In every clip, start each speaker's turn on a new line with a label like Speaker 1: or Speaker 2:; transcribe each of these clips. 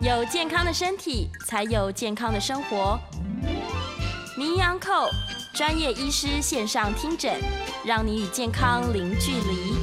Speaker 1: 有健康的身体，才有健康的生活。名医安扣专业医师线上听诊，让你与健康零距离。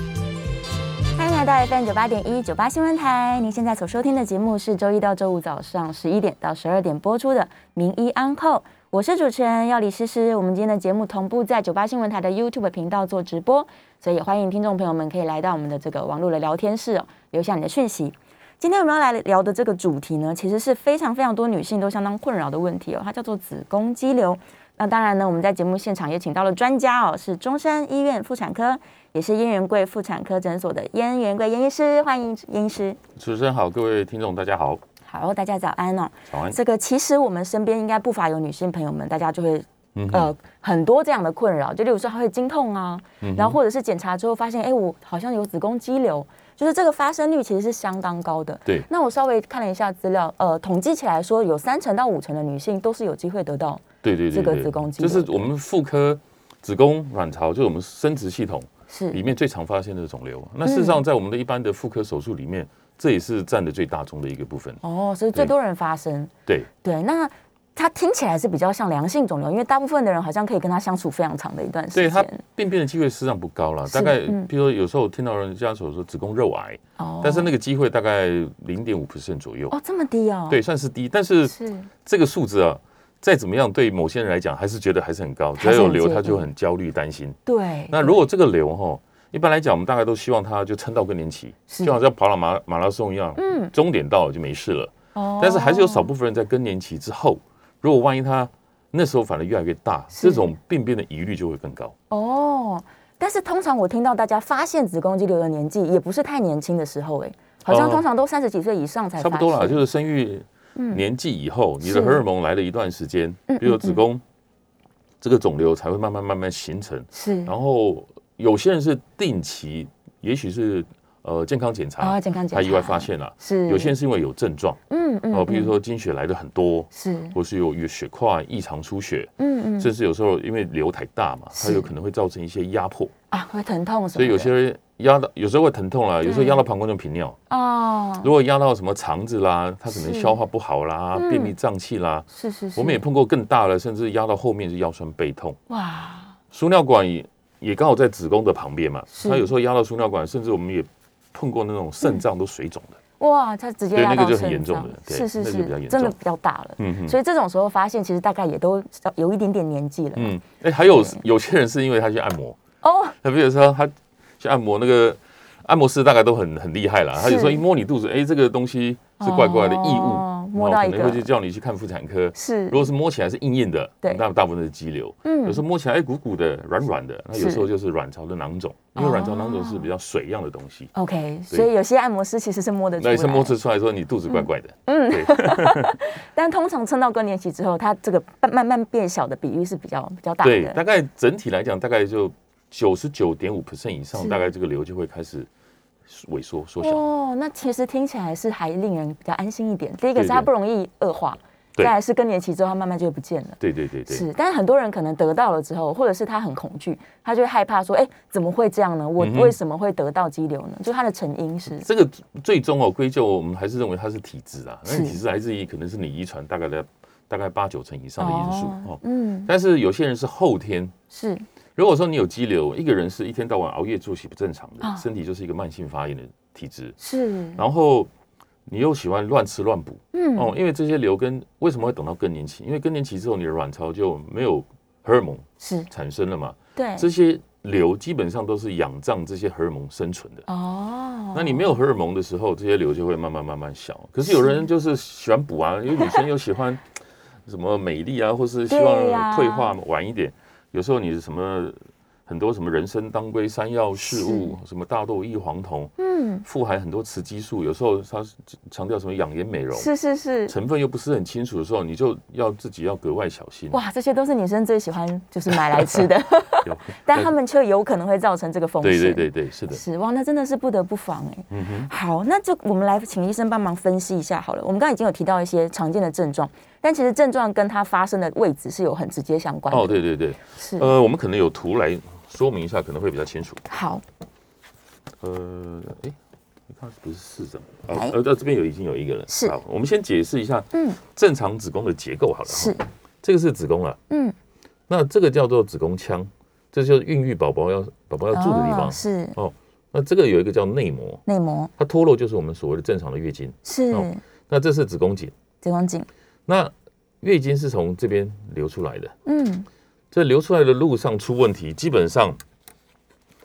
Speaker 2: 欢迎来到 FM 九八点一九八新闻台，您现在所收听的节目是周一到周五早上十一点到十二点播出的《名医安扣》，我是主持人要李诗诗。我们今天的节目同步在九八新闻台的 YouTube 频道做直播，所以也欢迎听众朋友们可以来到我们的这个网络的聊天室哦，留下你的讯息。今天我们要来聊的这个主题呢，其实是非常非常多女性都相当困扰的问题哦，它叫做子宫肌瘤。那当然呢，我们在节目现场也请到了专家哦，是中山医院妇产科，也是燕元贵妇产科诊所的燕元贵燕医师，欢迎燕医师。
Speaker 3: 主持人好，各位听众大家好，
Speaker 2: 好，大家早安哦。
Speaker 3: 早安。
Speaker 2: 这个其实我们身边应该不乏有女性朋友们，大家就会。
Speaker 3: 嗯
Speaker 2: 呃，很多这样的困扰，就例如说她会经痛啊，
Speaker 3: 嗯
Speaker 2: 然后或者是检查之后发现，哎、我好像有子宫肌瘤，就是这个发生率其实是相当高的。
Speaker 3: 对
Speaker 2: 那我稍微看了一下资料，呃，统计起来说，有三成到五成的女性都是有机会得到。
Speaker 3: 对对对对，
Speaker 2: 这个子宫肌
Speaker 3: 就
Speaker 2: 瘤
Speaker 3: 是我们妇科子宫、卵巢，就是我们生殖系统
Speaker 2: 是
Speaker 3: 里面最常发现的肿瘤。那事实
Speaker 2: 嗯
Speaker 3: 上，在我们的一般的妇科手术里面，这也是占的最大宗的一个部分。
Speaker 2: 哦，所以最
Speaker 3: 对
Speaker 2: 多人发生。
Speaker 3: 对，
Speaker 2: 对，那它听起来是比较像良性肿瘤，因为大部分的人好像可以跟它相处非常长的一段
Speaker 3: 所以
Speaker 2: 时
Speaker 3: 它
Speaker 2: 间。
Speaker 3: 病变的机会实际上不高了，大
Speaker 2: 是
Speaker 3: 概
Speaker 2: 嗯
Speaker 3: 譬如说有时候听到人家所说子宫肉癌，
Speaker 2: 哦
Speaker 3: 但是那个机会大概零点五 percent 左右，
Speaker 2: 哦这么低哦，
Speaker 3: 对，，算是低。但是
Speaker 2: 是
Speaker 3: 这个数字啊，再怎么样，对某些人来讲还是觉得还是很高，只
Speaker 2: 还
Speaker 3: 要
Speaker 2: 是
Speaker 3: 有
Speaker 2: 很
Speaker 3: 瘤
Speaker 2: 介
Speaker 3: 他就
Speaker 2: 意
Speaker 3: 很焦虑担心。
Speaker 2: 对，
Speaker 3: 那如果这个瘤哈，一般来讲，我们大概都希望它就撑到更年期，
Speaker 2: 是
Speaker 3: 就好像跑了马马拉松一样，
Speaker 2: 嗯
Speaker 3: 终点到了就没事了。
Speaker 2: 哦
Speaker 3: 但是还是有少部分人在更年期之后，如果万一他那时候反而越来越大，
Speaker 2: 是
Speaker 3: 这种病变的疑虑就会更高。
Speaker 2: 哦。但是通常我听到大家发现子宫肌瘤的年纪也不是太年轻的时候，哎，好像
Speaker 3: 哦
Speaker 2: 通常都三十几岁以上才
Speaker 3: 差不多
Speaker 2: 哎发
Speaker 3: 啦，
Speaker 2: 现嗯
Speaker 3: 就是生育年纪以后，你的荷尔蒙来了一段时间，比如子宫这个肿瘤才会慢慢慢慢形成。
Speaker 2: 是
Speaker 3: 然后有些人是定期，也许是呃健康检
Speaker 2: 啊
Speaker 3: 查，
Speaker 2: 健康检
Speaker 3: 他意外
Speaker 2: 查
Speaker 3: 发现了。
Speaker 2: 是
Speaker 3: 有些人是因为有症状，
Speaker 2: 嗯嗯
Speaker 3: 哦，比如
Speaker 2: 嗯
Speaker 3: 说经血来的很多，
Speaker 2: 是
Speaker 3: 或是有有血块异常出血，
Speaker 2: 嗯嗯
Speaker 3: 甚至有时候因为瘤太大嘛，它
Speaker 2: 是
Speaker 3: 有可能会造成一些压迫，
Speaker 2: 啊会疼痛什么的，
Speaker 3: 所以有些人压到，有时候会疼痛啦，有时候压到膀胱就频尿，
Speaker 2: 哦
Speaker 3: 如果压到什么肠子啦，它可能
Speaker 2: 是
Speaker 3: 消化不好啦，便秘胀气啦。
Speaker 2: 是是是，
Speaker 3: 我们也碰过更大的，甚至压到后面是腰酸背痛，
Speaker 2: 哇
Speaker 3: 输尿管也也刚好在子宫的旁边嘛，
Speaker 2: 是
Speaker 3: 它有时候压到输尿管，甚至我们也碰过那种肾脏都水肿的。
Speaker 2: 哇，它直接
Speaker 3: 对
Speaker 2: 压
Speaker 3: 那个
Speaker 2: 到
Speaker 3: 就很
Speaker 2: 肾
Speaker 3: 严重
Speaker 2: 脏
Speaker 3: 了对
Speaker 2: 是是
Speaker 3: 那
Speaker 2: 是
Speaker 3: 就比较，严
Speaker 2: 真的
Speaker 3: 重
Speaker 2: 比较大了。
Speaker 3: 嗯哼
Speaker 2: 所以这种时候发现，其实大概也都有一点点年纪了嘛。
Speaker 3: 嗯，哎，还有有些人是因为他去按摩。
Speaker 2: 哦，
Speaker 3: 那比如说他去按摩那个按摩师，大概都很很厉害啦。他有时候一摸你肚子，哎，这个东西是怪怪的异物，
Speaker 2: 哦
Speaker 3: 然
Speaker 2: 摸
Speaker 3: 后
Speaker 2: 到一
Speaker 3: 可
Speaker 2: 个
Speaker 3: 能会去叫你去看妇产科。
Speaker 2: 是
Speaker 3: 如，果是摸起来是硬硬的，
Speaker 2: 对
Speaker 3: 那大部分是肌瘤。
Speaker 2: 嗯
Speaker 3: 有时候摸起来哎鼓鼓的、软软的，那有时候就是卵巢的囊肿，因为
Speaker 2: 哦
Speaker 3: 卵巢囊肿是比较水样的东西。
Speaker 2: OK，所以有些按摩师其实是摸得出
Speaker 3: 那
Speaker 2: 来，
Speaker 3: 医生摸测出来说你肚子怪怪的，
Speaker 2: 嗯但通常撑到更年期之后，它这个慢慢慢变小的比喻是比较比较大
Speaker 3: 对，大
Speaker 2: 的。
Speaker 3: 概整体来讲，大概就九十九点五 percent 以上，
Speaker 2: 是
Speaker 3: 大概这个瘤就会开始萎缩缩小。
Speaker 2: 哦，那其实听起来是还令人比较安心一点。第一个是
Speaker 3: 对对
Speaker 2: 它不容易恶化，再
Speaker 3: 对
Speaker 2: 来是更年期之后它慢慢就会不见了。
Speaker 3: 对对对对，
Speaker 2: 是，但是很多人可能得到了之后，或者是他很恐惧，他就会害怕说，哎，怎么会这样呢？我
Speaker 3: 嗯哼
Speaker 2: 为什么会得到肌瘤呢？就它的成因是
Speaker 3: 这个最终哦，归咎我们还是认为它是体质啊，那
Speaker 2: 是
Speaker 3: 体质来自于可能是你遗传大概的大概八九成以上的因素哦。
Speaker 2: 嗯，
Speaker 3: 但是有些人是后天，
Speaker 2: 是
Speaker 3: 如果说你有肌瘤，一个人是一天到晚熬夜作息不正常的，
Speaker 2: 啊
Speaker 3: 身体就是一个慢性发炎的体质，
Speaker 2: 是，
Speaker 3: 然后你又喜欢乱吃乱补
Speaker 2: 嗯，
Speaker 3: 哦，因为这些瘤跟为什么会等到更年期？因为更年期之后你的卵巢就没有荷尔蒙
Speaker 2: 是
Speaker 3: 产生了嘛，
Speaker 2: 对，
Speaker 3: 这些瘤基本上都是仰仗这些荷尔蒙生存的。
Speaker 2: 哦，
Speaker 3: 那你没有荷尔蒙的时候，这些瘤就会慢慢慢慢小。可是有人就是喜欢补啊，因为女生又喜欢什么美丽啊，或是希
Speaker 2: 对呀
Speaker 3: 望退化晚一点。有时候你什么很多什么人参、当归、山药、事物，什么大豆异黄酮，
Speaker 2: 嗯，
Speaker 3: 富含很多雌激素。有时候它是强调什么养颜美容，
Speaker 2: 是是是，
Speaker 3: 成分又不是很清楚的时候，你就要自己要格外小心。
Speaker 2: 哇，这些都是女生最喜欢就是买来吃 的，
Speaker 3: 有，
Speaker 2: 但他们却有可能会造成这个风险。
Speaker 3: 对对对对，是的，
Speaker 2: 是哇，那真的是不得不防哎、
Speaker 3: 嗯哼，
Speaker 2: 好，那就我们来请医生帮忙分析一下好了。我们刚刚已经有提到一些常见的症状，但其实症状跟它发生的位置是有很直接相关的。
Speaker 3: 哦，对对对，
Speaker 2: 是、
Speaker 3: 呃，我们可能有图来说明一下，可能会比较清楚。
Speaker 2: 好，
Speaker 3: 呃，哎，他不是市长啊，
Speaker 2: 哎
Speaker 3: 呃，到这边有已经有一个了。
Speaker 2: 是
Speaker 3: 好，我们先解释一下
Speaker 2: 嗯，
Speaker 3: 正常子宫的结构好了。
Speaker 2: 是，，
Speaker 3: 这个是子宫了，
Speaker 2: 嗯，
Speaker 3: 那这个叫做子宫腔，这就是孕育宝宝要宝宝要呃住的地
Speaker 2: 哦
Speaker 3: 方。
Speaker 2: 是
Speaker 3: 那这个有一个叫内膜，
Speaker 2: 内膜，
Speaker 3: 它脱落就是我们所谓的正常的月经。
Speaker 2: 是
Speaker 3: 哦那这是子宫颈，
Speaker 2: 子宫颈，
Speaker 3: 那月经是从这边流出来的，
Speaker 2: 嗯，
Speaker 3: 这流出来的路上出问题，基本上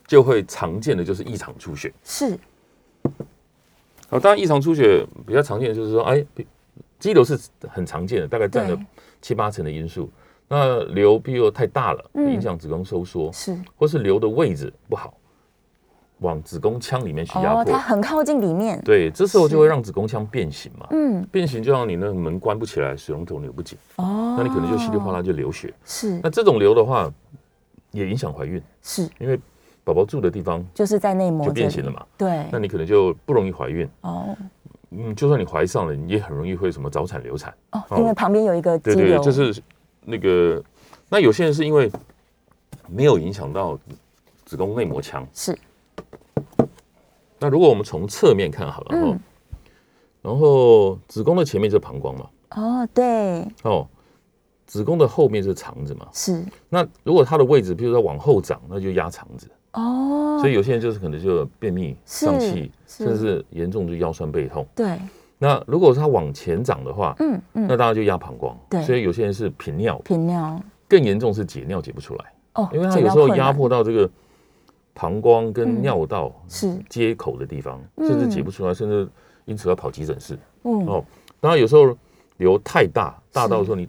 Speaker 3: 就会常见的就是异常出血。
Speaker 2: 是
Speaker 3: 好，哦当然异常出血比较常见的就是说，哎，比肌瘤是很常见的，大概占了
Speaker 2: 对
Speaker 3: 七八成的因素。那瘤比如太大了，
Speaker 2: 嗯
Speaker 3: 影响子宫收缩，
Speaker 2: 是，
Speaker 3: 或是瘤的位置不好，往子宫腔里面去压
Speaker 2: 哦，
Speaker 3: 迫，
Speaker 2: 它很靠近里面，
Speaker 3: 对，这时候
Speaker 2: 是
Speaker 3: 就会让子宫腔变形嘛。
Speaker 2: 嗯，
Speaker 3: 变形就像你那个门关不起来，水龙头扭不紧，
Speaker 2: 哦，
Speaker 3: 那你可能就稀里哗啦就流血。
Speaker 2: 是
Speaker 3: 那这种瘤的话，也影响怀孕，
Speaker 2: 是，
Speaker 3: 因为宝宝住的地方
Speaker 2: 就是在内膜
Speaker 3: 就变
Speaker 2: 这
Speaker 3: 形
Speaker 2: 里
Speaker 3: 了嘛，
Speaker 2: 哦对
Speaker 3: 那，你可能就不容易怀孕。
Speaker 2: 哦
Speaker 3: 嗯，就算你怀上了，你也很容易会什么早产、流产。
Speaker 2: 哦，
Speaker 3: 哦
Speaker 2: 因为旁边有一个肌
Speaker 3: 对对，
Speaker 2: 瘤，
Speaker 3: 就是那个，那有些人是因为没有影响到子宫内膜腔。
Speaker 2: 是
Speaker 3: 那如果我们从侧面看好了，哦
Speaker 2: 嗯，
Speaker 3: 然后子宫的前面就是膀胱嘛，
Speaker 2: 哦，对，
Speaker 3: 哦，子宫的后面是肠子嘛。
Speaker 2: 是
Speaker 3: 那如果它的位置，比如说往后长，那就压肠子。
Speaker 2: 哦，
Speaker 3: 所以有些人就是可能就有便秘、
Speaker 2: 是
Speaker 3: 胀气，
Speaker 2: 是
Speaker 3: 甚至严重就腰酸背痛。
Speaker 2: 对，
Speaker 3: 那如果是它往前长的话，
Speaker 2: 嗯
Speaker 3: 那
Speaker 2: 嗯，
Speaker 3: 当然就压膀胱。
Speaker 2: 对
Speaker 3: 所以有些人是频尿，
Speaker 2: 频尿
Speaker 3: 更严重是解尿解不出来，
Speaker 2: 哦，
Speaker 3: 因为它
Speaker 2: 解
Speaker 3: 有
Speaker 2: 尿
Speaker 3: 时候
Speaker 2: 困
Speaker 3: 压
Speaker 2: 难
Speaker 3: 迫到这个膀胱跟
Speaker 2: 嗯
Speaker 3: 尿道
Speaker 2: 是，
Speaker 3: 接口的地方，
Speaker 2: 嗯
Speaker 3: 甚至解不出来，甚至因此要跑急诊室。
Speaker 2: 嗯
Speaker 3: 哦当然有时候瘤太大，大到说你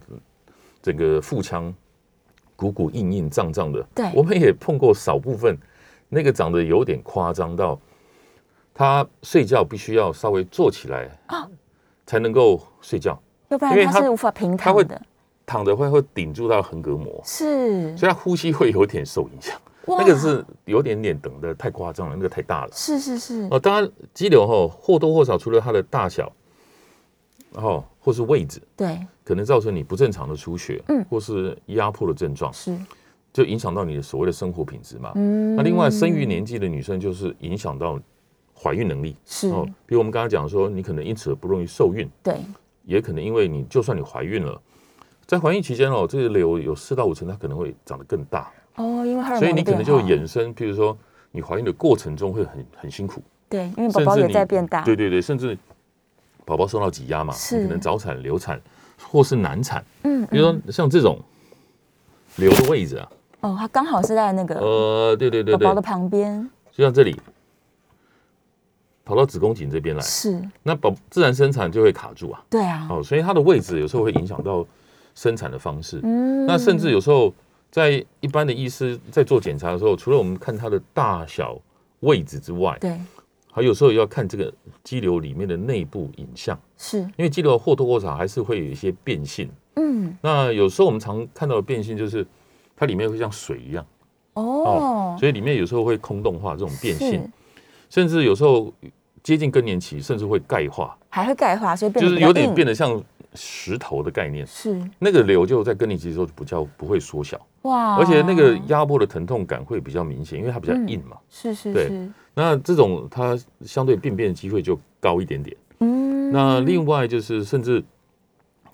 Speaker 3: 整个腹腔鼓鼓硬硬胀胀的。
Speaker 2: 对
Speaker 3: 我们也碰过少部分那个长得有点夸张到，他睡觉必须要稍微坐起来
Speaker 2: 哦
Speaker 3: 才能够睡觉，
Speaker 2: 要不然
Speaker 3: 因为
Speaker 2: 它
Speaker 3: 它
Speaker 2: 是无法平
Speaker 3: 它
Speaker 2: 躺
Speaker 3: 会
Speaker 2: 的，
Speaker 3: 躺着会会顶住到横膈膜，
Speaker 2: 是
Speaker 3: 所以他呼吸会有点受影响。
Speaker 2: 哇
Speaker 3: 那个是有点点等的太夸张了，那个太大了。
Speaker 2: 是是是
Speaker 3: 哦，当然肌瘤哈、或多或少除了它的大小，哦，或是位置。
Speaker 2: 对
Speaker 3: 可能造成你不正常的出血，
Speaker 2: 嗯
Speaker 3: 或是压迫的症状，
Speaker 2: 是
Speaker 3: 就影响到你的所谓的生活品质嘛。
Speaker 2: 嗯
Speaker 3: 那另外，生育年纪的女生就是影响到怀孕能力哦
Speaker 2: 是、
Speaker 3: 比如我们刚刚讲说，你可能因此不容易受孕，
Speaker 2: 对
Speaker 3: 也可能因为你就算你怀孕了，在怀孕期间哦，这个瘤有四到五成它可能会长得更大，
Speaker 2: 哦，因为荷尔蒙
Speaker 3: 所以你可能
Speaker 2: 变
Speaker 3: 就
Speaker 2: 化
Speaker 3: 衍生，譬如说你怀孕的过程中会很很辛苦，
Speaker 2: 对，因为宝
Speaker 3: 甚
Speaker 2: 宝
Speaker 3: 至
Speaker 2: 也
Speaker 3: 你
Speaker 2: 在变大，
Speaker 3: 对对对，甚至宝宝受到挤压嘛，
Speaker 2: 是
Speaker 3: 你可能早产、流产或是难产。
Speaker 2: 嗯，
Speaker 3: 比如说像这种瘤的位置啊，
Speaker 2: 哦，它刚好是在那个
Speaker 3: 呃，对对对
Speaker 2: 宝
Speaker 3: 对
Speaker 2: 宝的，旁边，
Speaker 3: 就像这里跑到子宫颈这边来，
Speaker 2: 是，
Speaker 3: 那宝自然生产就会卡住啊，
Speaker 2: 对啊，
Speaker 3: 哦，所以它的位置有时候会影响到生产的方式。
Speaker 2: 嗯，
Speaker 3: 那甚至有时候在一般的医师在做检查的时候，除了我们看它的大小位置之外，
Speaker 2: 对
Speaker 3: 还有时候也要看这个肌瘤里面的内部影像，
Speaker 2: 是，
Speaker 3: 因为肌瘤或多或少还是会有一些变性。
Speaker 2: 嗯，
Speaker 3: 那有时候我们常看到的变性就是它里面会像水一样。
Speaker 2: 哦，
Speaker 3: 所以里面有时候会空洞化这种变性
Speaker 2: 是，
Speaker 3: 甚至有时候接近更年期，甚至会钙化，
Speaker 2: 还会钙化，所以变
Speaker 3: 就
Speaker 2: 得
Speaker 3: 是
Speaker 2: 比较
Speaker 3: 有点
Speaker 2: 硬
Speaker 3: 变得像石头的概念。
Speaker 2: 是
Speaker 3: 那个瘤就在更年期的时候就不叫不会缩小，
Speaker 2: 哇，
Speaker 3: 而且那个压迫的疼痛感会比较明显，因为它比较硬嘛。
Speaker 2: 是是
Speaker 3: 对
Speaker 2: 是，
Speaker 3: 那这种它相对病变的机会就高一点点。
Speaker 2: 嗯，
Speaker 3: 那另外就是甚至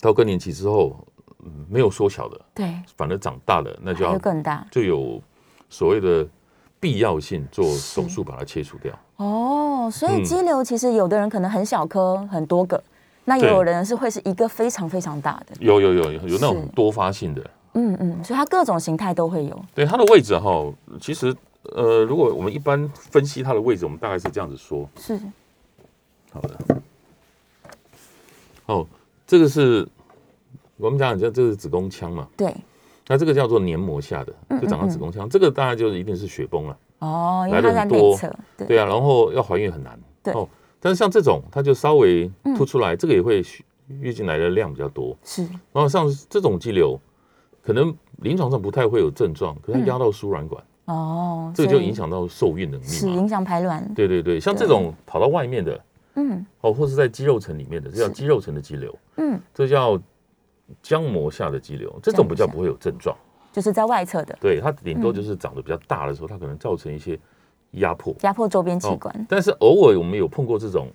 Speaker 3: 到更年期之后，嗯没有缩小的，
Speaker 2: 对
Speaker 3: 反而长大了，那就
Speaker 2: 还
Speaker 3: 要
Speaker 2: 会更大
Speaker 3: 就有所谓的必要性做手术把它切除掉。
Speaker 2: 哦，所以
Speaker 3: 嗯
Speaker 2: 肌瘤其实有的人可能很小颗，很多个。那
Speaker 3: 对
Speaker 2: 有人是会是一个非常非常大的，
Speaker 3: 有有有有有那
Speaker 2: 是
Speaker 3: 种很多发性的，
Speaker 2: 嗯嗯，所以它各种形态都会有，
Speaker 3: 对它的位置啊哈，其实呃，如果我们一般分析它的位置，我们大概是这样子说，
Speaker 2: 是
Speaker 3: 好的。哦，这个是我们讲讲，这个是子宫腔嘛，
Speaker 2: 对
Speaker 3: 那这个叫做黏膜下的，
Speaker 2: 嗯
Speaker 3: 就长到子宫腔，这个当然就是一定是血崩了，
Speaker 2: 哦，因为
Speaker 3: 来得
Speaker 2: 它在
Speaker 3: 很
Speaker 2: 内
Speaker 3: 多
Speaker 2: 侧，对
Speaker 3: 对啊，然后要怀孕很难，
Speaker 2: 对嗯
Speaker 3: 哦，但是像这种，它就稍微凸出来，这个也会月经来的量比较多，
Speaker 2: 是
Speaker 3: 然后像这种肌瘤，可能临床上不太会有症状，可是它压到输卵管。
Speaker 2: 哦，
Speaker 3: 这个就
Speaker 2: 嗯所以
Speaker 3: 影响到受孕能
Speaker 2: 是
Speaker 3: 力嘛。
Speaker 2: 影响排卵，
Speaker 3: 对对对，像这种跑到外面的
Speaker 2: 嗯
Speaker 3: 哦，或是在肌肉层里面的，这叫
Speaker 2: 是
Speaker 3: 肌肉层的肌瘤，
Speaker 2: 嗯，
Speaker 3: 这叫浆膜下的肌瘤，这种比较不会有症状。
Speaker 2: 就是在外侧的，
Speaker 3: 对，它顶多就是长得比较大的时候，它可能造成一些压迫。
Speaker 2: 压迫周边器官。
Speaker 3: 哦但是偶尔我们有碰过这种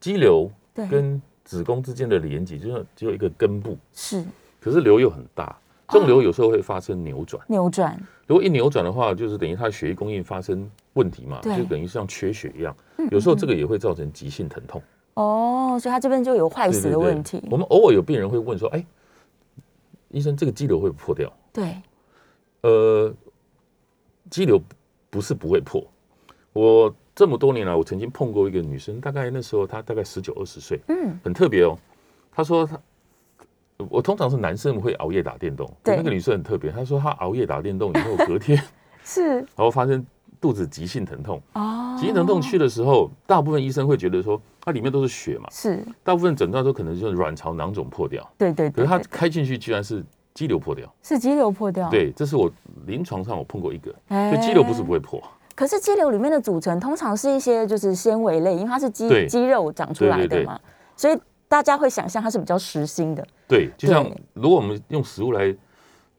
Speaker 3: 肌瘤
Speaker 2: 对，
Speaker 3: 跟子宫之间的连接，就是只有一个根部，
Speaker 2: 是
Speaker 3: 可是瘤又很大。这种瘤有时候会发生扭转，
Speaker 2: 扭转，
Speaker 3: 如果一扭转的话，就是等于它的血液供应发生问题嘛，
Speaker 2: 对嗯
Speaker 3: 就等于像缺血一样。有时候这个也会造成急性疼痛。
Speaker 2: 哦，所以他这边就有坏死的问题。
Speaker 3: 我们偶尔有病人会问说：“哎，医生，这个肌瘤会不会破掉
Speaker 2: 对，？”
Speaker 3: 呃，肌瘤不是不会破。我这么多年来，我曾经碰过一个女生，大概那时候她大概十九二十岁，
Speaker 2: 嗯，
Speaker 3: 很特别哦。她说她，我通常是男生会熬夜打电动，
Speaker 2: 对
Speaker 3: 那个女生很特别，她说她熬夜打电动以后，隔天然
Speaker 2: 是
Speaker 3: 后发生肚子急性疼痛，
Speaker 2: 哦，
Speaker 3: 急性疼痛去的时候，大部分医生会觉得说，它里面都是血嘛，
Speaker 2: 是，
Speaker 3: 大部分诊断都可能就是卵巢囊肿破掉。
Speaker 2: 对对
Speaker 3: 可
Speaker 2: 对
Speaker 3: 是它
Speaker 2: 对哦
Speaker 3: 开进去居然是肌瘤破掉，
Speaker 2: 是肌瘤破掉。，
Speaker 3: 对，这是我临床上我碰过一个，
Speaker 2: 哎
Speaker 3: 所以肌瘤不是不会破，
Speaker 2: 可是肌瘤里面的组成通常是一些就是纤维类，因为它是肌
Speaker 3: 对
Speaker 2: 肌肉长出来
Speaker 3: 对对
Speaker 2: 的
Speaker 3: 对
Speaker 2: 嘛，所以大家会想象它是比较实心的。
Speaker 3: 对，就像
Speaker 2: 对
Speaker 3: 如果我们用食物来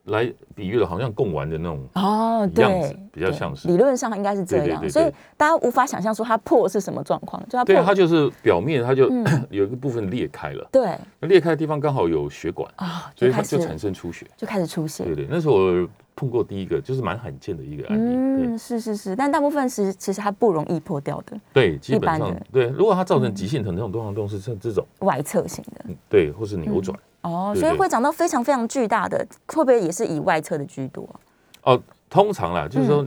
Speaker 3: 来比喻的，好像贡丸的那种，
Speaker 2: 哦，
Speaker 3: 样子
Speaker 2: 对，
Speaker 3: 比较
Speaker 2: 对
Speaker 3: 像是
Speaker 2: 理论上应该是这
Speaker 3: 对对
Speaker 2: 样，
Speaker 3: 对
Speaker 2: 所以
Speaker 3: 对
Speaker 2: 大家无法想象说它破是什么状况，就它
Speaker 3: 对，它
Speaker 2: 破，
Speaker 3: 就是表面它就
Speaker 2: 嗯
Speaker 3: 有一个部分裂开了，
Speaker 2: 对
Speaker 3: 那裂开的地方刚好有血管，
Speaker 2: 啊，
Speaker 3: 所以
Speaker 2: 就
Speaker 3: 它
Speaker 2: 开
Speaker 3: 就产
Speaker 2: 始
Speaker 3: 生出血，
Speaker 2: 就开始出血
Speaker 3: 对。对，那是我碰过第一个，就是蛮罕见的一个案例，对
Speaker 2: 嗯，是是是，但大部分其实其实它不容易破掉的，
Speaker 3: 对，基本
Speaker 2: 般
Speaker 3: 上
Speaker 2: 的
Speaker 3: 对，如果它造成急性疼痛，通常都是像这种，
Speaker 2: 外侧型的。
Speaker 3: 对，或是扭转。
Speaker 2: 哦，
Speaker 3: 对
Speaker 2: 所以
Speaker 3: 对
Speaker 2: 会长到非常非常巨大的，会不会也是以外侧的居多？
Speaker 3: 哦，通常啦，就是说，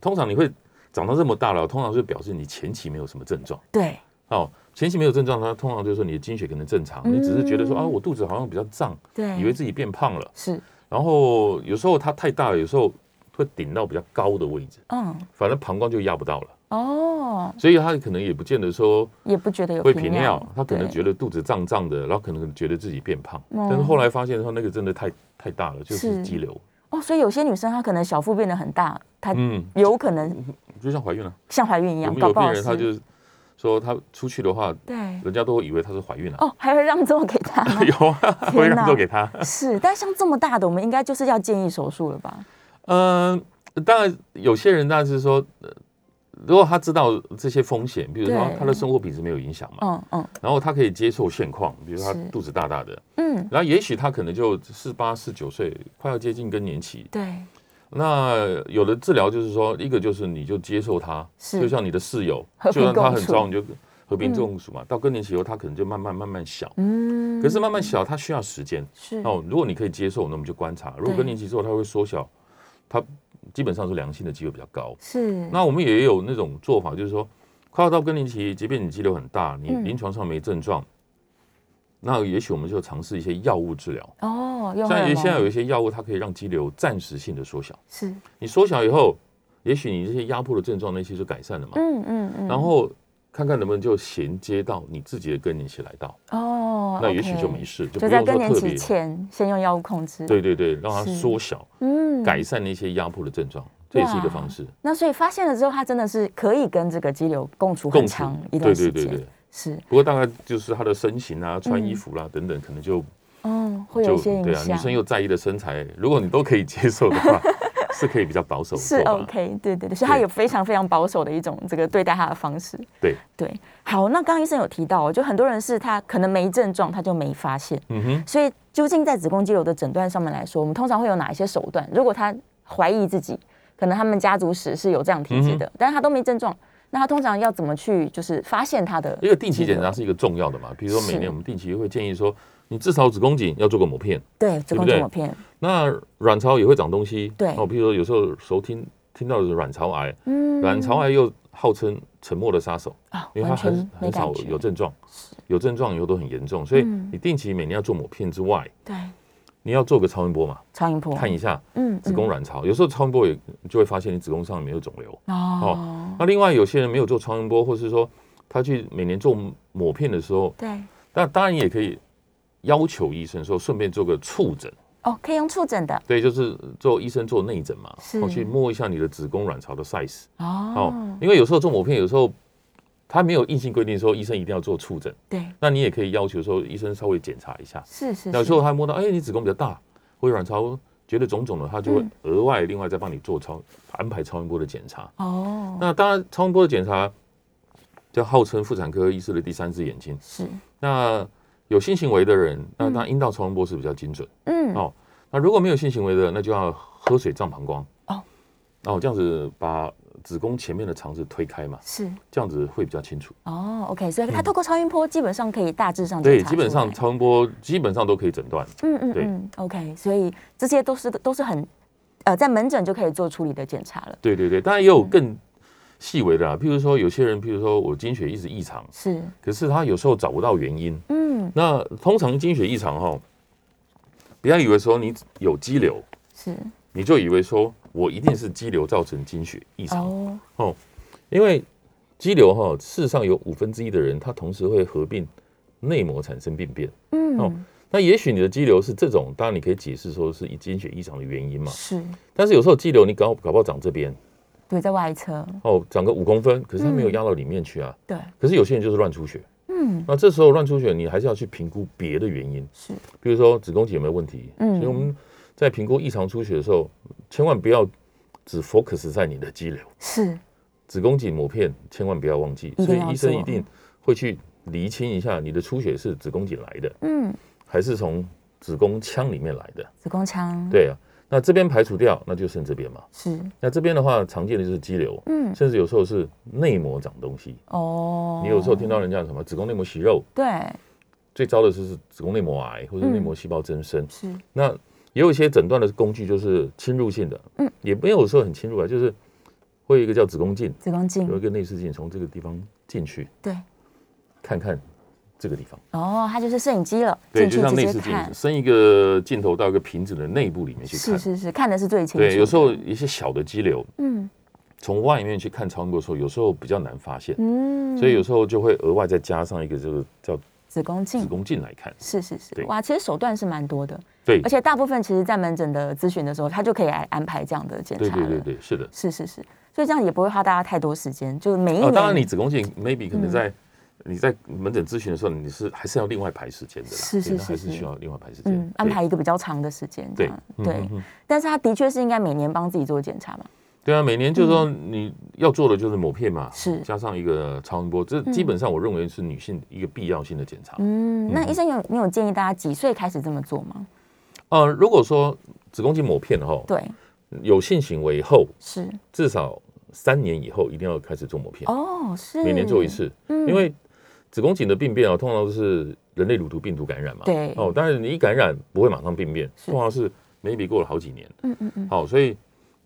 Speaker 3: 通常你会长到这么大了，通常是表示你前期没有什么症状
Speaker 2: 对，
Speaker 3: 哦。前期没有症状，它通常就是说你的经血可能正常，你只是觉得说啊，我肚子好像比较胀，
Speaker 2: 对
Speaker 3: 以为自己变胖了。
Speaker 2: 是，
Speaker 3: 然后有时候它太大了，有时候会顶到比较高的位置，
Speaker 2: 嗯，
Speaker 3: 反正膀胱就压不到了，
Speaker 2: 哦，
Speaker 3: 所以它可能也不见得说
Speaker 2: 也不觉得有
Speaker 3: 会频尿，他可能
Speaker 2: 对
Speaker 3: 觉得肚子胀胀的，然后可能觉得自己变胖，
Speaker 2: 嗯
Speaker 3: 但是后来发现说那个真的太太大了，就是
Speaker 2: 是
Speaker 3: 肌瘤，
Speaker 2: 哦，所以有些女生她可能小腹变得很大，她
Speaker 3: 嗯，
Speaker 2: 有可能
Speaker 3: 就像怀孕了，
Speaker 2: 像怀孕一
Speaker 3: 我
Speaker 2: 样，
Speaker 3: 们
Speaker 2: 搞
Speaker 3: 有
Speaker 2: 不
Speaker 3: 病
Speaker 2: 好
Speaker 3: 人
Speaker 2: 是
Speaker 3: 他就是说他出去的话，
Speaker 2: 对。
Speaker 3: 人家都会以为她是怀孕了、。
Speaker 2: 哦，还会让座给她
Speaker 3: 有啊，会让座给她。
Speaker 2: 是，但像这么大的，我们应该就是要建议手术了吧？
Speaker 3: 嗯、当然有些人当然是说，呃如果他知道这些风险，比如说
Speaker 2: 对
Speaker 3: 他的生活品质没有影响嘛，
Speaker 2: 嗯嗯
Speaker 3: 然后他可以接受现况，比如说他
Speaker 2: 是
Speaker 3: 肚子大大的，
Speaker 2: 嗯，
Speaker 3: 然后也许他可能就四八四九岁，快要接近更年期。
Speaker 2: 对，
Speaker 3: 那有的治疗就是说，一个就是你就接受他，
Speaker 2: 是
Speaker 3: 就像你的室友，
Speaker 2: 和
Speaker 3: 就
Speaker 2: 平
Speaker 3: 算他
Speaker 2: 共
Speaker 3: 很
Speaker 2: 处
Speaker 3: 糟，你就和平共处嘛。到更年期以后，他可能就慢慢慢慢小，
Speaker 2: 嗯，
Speaker 3: 可是慢慢小，他需要时间。
Speaker 2: 是
Speaker 3: 哦，如果你可以接受，那我们就观察。如果
Speaker 2: 对
Speaker 3: 更年期之后它会缩小，它基本上是良性的机会比较高。
Speaker 2: 是，
Speaker 3: 那我们也有那种做法，就是说，快要到更年期，即便你肌瘤很大，你
Speaker 2: 嗯
Speaker 3: 临床上没症状，那也许我们就尝试一些药物治疗。
Speaker 2: 哦，用荷
Speaker 3: 像
Speaker 2: 尔
Speaker 3: 有现在有
Speaker 2: 蒙
Speaker 3: 一些药物，它可以让肌瘤暂时性的缩小。
Speaker 2: 是，
Speaker 3: 你缩小以后，也许你这些压迫的症状那些就改善了嘛。
Speaker 2: 嗯嗯嗯，
Speaker 3: 然后看看能不能就衔接到你自己的更年期来到，
Speaker 2: 哦，
Speaker 3: 那也许就没
Speaker 2: 事，
Speaker 3: 事，就不
Speaker 2: 就在
Speaker 3: 用
Speaker 2: 更
Speaker 3: 说
Speaker 2: 年
Speaker 3: 特
Speaker 2: 期
Speaker 3: 别。
Speaker 2: 前先用药物控制，，
Speaker 3: 对对对，让它
Speaker 2: 是
Speaker 3: 缩小。
Speaker 2: 嗯，
Speaker 3: 改。善那些压迫的症状，这也是一个方式。
Speaker 2: 那所以发现了之后，他真的是可以跟这个肌瘤共处很
Speaker 3: 共处
Speaker 2: 长一
Speaker 3: 对
Speaker 2: 段
Speaker 3: 对
Speaker 2: 时
Speaker 3: 对
Speaker 2: 间，
Speaker 3: 对。
Speaker 2: 是，
Speaker 3: 不过大概就是他的身形啊、穿衣服啦、等等，可能就
Speaker 2: 嗯，会有
Speaker 3: 就
Speaker 2: 一些
Speaker 3: 对
Speaker 2: 影
Speaker 3: 啊，
Speaker 2: 响。
Speaker 3: 女生又在意的身材，如果你都可以接受的 话，是可以比较保守的
Speaker 2: 是
Speaker 3: 做法。
Speaker 2: OK，对对对，所以他
Speaker 3: 对
Speaker 2: 有非常非常保守的一种这个对待他的方式。
Speaker 3: 对，
Speaker 2: 对，好，那刚刚医生有提到哦，就很多人是他可能没症状，他就没发现，
Speaker 3: 嗯哼，
Speaker 2: 所以究竟在子宫肌瘤的诊断上面来说，我们通常会有哪一些手段？如果他怀疑自己，可能他们家族史是有这样体
Speaker 3: 嗯
Speaker 2: 质的，但是他都没症状，那他通常要怎么去就是发现他的
Speaker 3: 因为定期
Speaker 2: 肌瘤
Speaker 3: 检查？是一个重要的嘛，比如说每
Speaker 2: 是
Speaker 3: 年我们定期会建议说，你至少子宫颈要做个抹片，
Speaker 2: 对，子
Speaker 3: 对不
Speaker 2: 宫肌
Speaker 3: 对
Speaker 2: 膜片，
Speaker 3: 那卵巢也会长东西。
Speaker 2: 对
Speaker 3: 哦，比如说有时候熟听听到的是卵巢癌，
Speaker 2: 嗯
Speaker 3: 卵巢癌又号称沉默的杀手。
Speaker 2: 啊，
Speaker 3: 因为
Speaker 2: 完
Speaker 3: 它
Speaker 2: 全
Speaker 3: 很
Speaker 2: 没
Speaker 3: 很
Speaker 2: 感
Speaker 3: 少
Speaker 2: 觉，
Speaker 3: 有症状，有症状以后都很严重，所以
Speaker 2: 嗯
Speaker 3: 你定期每年要做抹片之外，
Speaker 2: 对，
Speaker 3: 你要做个超音波嘛，
Speaker 2: 超音波，
Speaker 3: 看一下
Speaker 2: 嗯
Speaker 3: 子宫
Speaker 2: 嗯
Speaker 3: 卵巢，有时候超音波也就会发现你子宫上没有肿瘤。
Speaker 2: 哦，
Speaker 3: 那另外有些人没有做超音波，或是说他去每年做抹片的时候，
Speaker 2: 对，
Speaker 3: 那当然也可以要求医生说顺便做个触诊，
Speaker 2: 哦，可以用触诊的
Speaker 3: 对，就是做医生做内诊嘛，
Speaker 2: 是
Speaker 3: 哦去摸一下你的子宫卵巢的 size 哦
Speaker 2: 哦，，
Speaker 3: 因为有时候做抹片，有时候他没有硬性规定说医生一定要做触诊。
Speaker 2: 对，
Speaker 3: 那你也可以要求说医生稍微检查一下。
Speaker 2: 是是
Speaker 3: 有
Speaker 2: 是
Speaker 3: 时，候他摸到，哎，你子宫比较大，或者卵巢觉得肿肿了，他就
Speaker 2: 嗯
Speaker 3: 会额外另外再帮你做超安排超音波的检查。
Speaker 2: 哦，
Speaker 3: 那当然，超音波的检查就号称妇产科医师的第三只眼睛。
Speaker 2: 是，
Speaker 3: 那有性行为的人，那那阴道超音波是比较精准。
Speaker 2: 嗯，
Speaker 3: 哦，那如果没有性行为的，那就要喝水胀膀胱。
Speaker 2: 哦，
Speaker 3: 哦，这样子把子宫前面的肠子推开嘛，
Speaker 2: 是，
Speaker 3: 这样子会比较清楚。
Speaker 2: 哦，OK，所以它透过超音波基本上可以大致上
Speaker 3: 嗯对，
Speaker 2: 检查
Speaker 3: 基本
Speaker 2: 出
Speaker 3: 上
Speaker 2: 来
Speaker 3: 超音波基本上都可以诊断。
Speaker 2: 嗯嗯
Speaker 3: 对
Speaker 2: 嗯，OK，所以这些都是都是很呃在门诊就可以做处理的检查了，
Speaker 3: 对对对，当然也有
Speaker 2: 嗯
Speaker 3: 更细微的啦，譬如说有些人，譬如说我经血一直异常，
Speaker 2: 是，
Speaker 3: 可是他有时候找不到原因。
Speaker 2: 嗯，
Speaker 3: 那通常经血异常哈，不要以为说你有肌瘤，
Speaker 2: 是，
Speaker 3: 你就以为说我一定是肌瘤造成经血异常，
Speaker 2: 哦，
Speaker 3: 因为肌瘤哈，事实上有五分之一的人，他同时会合并内膜产生病变。哦
Speaker 2: 嗯，
Speaker 3: 那也许你的肌瘤是这种，当然你可以解释说是以经血异常的原因嘛。
Speaker 2: 是，
Speaker 3: 但是有时候肌瘤你搞搞不好长这边
Speaker 2: 对，在外侧，
Speaker 3: 哦，长个五公分，可是它没有压到里面去啊。
Speaker 2: 对，
Speaker 3: 可是有些人就是乱出血，
Speaker 2: 嗯，
Speaker 3: 那这时候乱出血你还是要去评估别的原因，
Speaker 2: 是，
Speaker 3: 比如说子宫颈有没有问题。
Speaker 2: 嗯
Speaker 3: 所以我们在评估异常出血的时候，千万不要只 focus 在你的肌瘤。
Speaker 2: 是，
Speaker 3: 子宫颈抹片千万不要忘记，
Speaker 2: 一
Speaker 3: 所
Speaker 2: 定
Speaker 3: 以
Speaker 2: 要
Speaker 3: 医生
Speaker 2: 做
Speaker 3: 一定会去厘清一下你的出血是子宫颈来的，
Speaker 2: 嗯，
Speaker 3: 还是从子宫腔里面来的。
Speaker 2: 子宫腔，，
Speaker 3: 对啊，那这边排除掉，那就剩这边嘛。
Speaker 2: 是，
Speaker 3: 那这边的话，常见的就是肌瘤，
Speaker 2: 嗯，
Speaker 3: 甚至有时候是内膜长东西。
Speaker 2: 哦，
Speaker 3: 你有时候听到人家什么子宫内膜息肉，
Speaker 2: 对，
Speaker 3: 最糟的就是子宫内膜癌或者
Speaker 2: 嗯
Speaker 3: 内膜细胞增生。
Speaker 2: 是，
Speaker 3: 那也有一些诊断的工具就是侵入性的，
Speaker 2: 嗯，
Speaker 3: 也没有说很侵入啊，就是会有一个叫子宫镜，
Speaker 2: 子宫
Speaker 3: 有
Speaker 2: 镜，
Speaker 3: 一个内视镜从这个地方进去。
Speaker 2: 对，
Speaker 3: 看看这个地方，
Speaker 2: 哦，它就是摄影机了，
Speaker 3: 对，
Speaker 2: 进
Speaker 3: 就
Speaker 2: 去
Speaker 3: 像内
Speaker 2: 直
Speaker 3: 视
Speaker 2: 接
Speaker 3: 镜
Speaker 2: 看，
Speaker 3: 伸一个镜头到一个瓶子的内部里面去
Speaker 2: 是
Speaker 3: 看。
Speaker 2: 是是，看的是最清楚的，
Speaker 3: 对，有时候一些小的肌瘤
Speaker 2: 嗯
Speaker 3: 从外面去看超音波的时候，有时候比较难发现，
Speaker 2: 嗯，
Speaker 3: 所以有时候就会额外再加上一个这个叫
Speaker 2: 子宫
Speaker 3: 子
Speaker 2: 镜。
Speaker 3: 宫镜来看。
Speaker 2: 是是是
Speaker 3: 对，
Speaker 2: 哇，其实手段是蛮多的，
Speaker 3: 对
Speaker 2: 而，且大部分其实，在门诊的咨询的时候，他就可以来安排这样的检查
Speaker 3: 对
Speaker 2: 了。
Speaker 3: 对对对，是的。
Speaker 2: 是是是，所以这样也不会花大家太多时间，就每一
Speaker 3: 哦，
Speaker 2: 年。
Speaker 3: 当然你子宫镜 maybe
Speaker 2: 嗯
Speaker 3: 可能在你在门诊咨询的时候，你是还是要另外排时间的啦，
Speaker 2: 是是
Speaker 3: 对那
Speaker 2: 是
Speaker 3: 还是
Speaker 2: 是
Speaker 3: 需要另外排时间
Speaker 2: 嗯，安排一个比较长的时间这
Speaker 3: 对
Speaker 2: 样。
Speaker 3: 对嗯
Speaker 2: 对
Speaker 3: 嗯，嗯
Speaker 2: 但是他的确是应该每年帮自己做检查嘛。
Speaker 3: 对啊，每年就是说你要做的就是抹片嘛，
Speaker 2: 嗯是
Speaker 3: 加上一个超音波，这基本上我认为是女性一个必要性的检查。
Speaker 2: 嗯，那医生有你有建议大家几岁开始这么做吗？
Speaker 3: 呃，如果说子宫颈抹片哈，
Speaker 2: 对，
Speaker 3: 有性行为后
Speaker 2: 是
Speaker 3: 至少三年以后一定要开始做抹片，
Speaker 2: 哦，嗯是
Speaker 3: 每年做一。次，因为子宫颈的病变啊，通常都是人类乳头病毒感染嘛。
Speaker 2: 对
Speaker 3: 哦，当然你一感染不会马上病变，
Speaker 2: 是
Speaker 3: 通常是 maybe 过了好几年。
Speaker 2: 嗯嗯嗯，
Speaker 3: 好、所以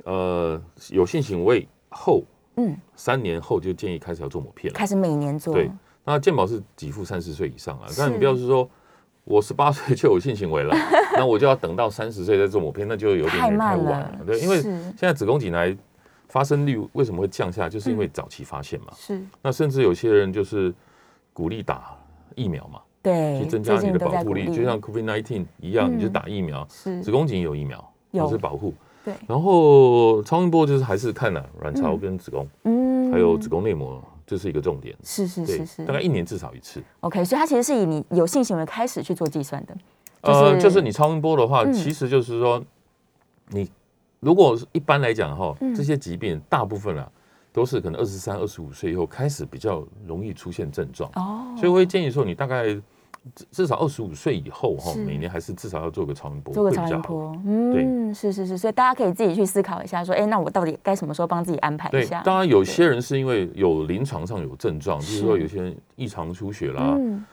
Speaker 3: 呃，有性行为后，
Speaker 2: 嗯，
Speaker 3: 三年后就建议开始要做抹片了。
Speaker 2: 开始每年做。
Speaker 3: 对那健保是给付三十岁以上啊，但
Speaker 2: 是
Speaker 3: 你不要是说我十八岁就有性行为了，那我就要等到三十岁再做抹片，那就有点
Speaker 2: 太
Speaker 3: 也
Speaker 2: 慢
Speaker 3: 太晚
Speaker 2: 了
Speaker 3: 了。对，因为
Speaker 2: 是
Speaker 3: 现在子宫颈癌发生率为什么会降下来，就是因
Speaker 2: 嗯
Speaker 3: 为早期发现嘛。
Speaker 2: 是，
Speaker 3: 那甚至有些人就是鼓励打疫苗嘛，
Speaker 2: 对
Speaker 3: 去，增
Speaker 2: 最
Speaker 3: 加你
Speaker 2: 近
Speaker 3: 的
Speaker 2: 都
Speaker 3: 保
Speaker 2: 在鼓
Speaker 3: 护力，
Speaker 2: 励，
Speaker 3: 就像 COVID-19 一样，
Speaker 2: 嗯
Speaker 3: 你就打疫苗。子
Speaker 2: 是
Speaker 3: 宫颈有疫苗，
Speaker 2: 有
Speaker 3: 就是保护。
Speaker 2: 对
Speaker 3: 然后超音波就是还是看了、卵巢跟子宫，
Speaker 2: 嗯
Speaker 3: 还有子宫内膜，这是一个重点。
Speaker 2: 是是
Speaker 3: 对
Speaker 2: 是，是
Speaker 3: 大概一年至少一次。
Speaker 2: ，OK，所以它其实是以你有性行为开始去做计算的。
Speaker 3: 呃，
Speaker 2: 就是
Speaker 3: 就是你超音波的话，
Speaker 2: 嗯
Speaker 3: 其实就是说，你如果是一般来讲哈，
Speaker 2: 嗯
Speaker 3: 这些疾病大部分啊都是可能二十三、二十五岁以后开始比较容易出现症状，
Speaker 2: 哦，
Speaker 3: 所以我会建议说，你大概至至少二十五岁以后哈，
Speaker 2: 是
Speaker 3: 每年还是至少要做个超音波，
Speaker 2: 做个
Speaker 3: 会
Speaker 2: 超
Speaker 3: 比较
Speaker 2: 音
Speaker 3: 好。
Speaker 2: 波，嗯，是是是，所以大家可以自己去思考一下，说，哎，那我到底该什么时候帮自己安排一
Speaker 3: 对
Speaker 2: 下？，
Speaker 3: 当然有些人是因为有临床上有症状，比
Speaker 2: 是
Speaker 3: 如说有些人异常出血啦，
Speaker 2: 嗯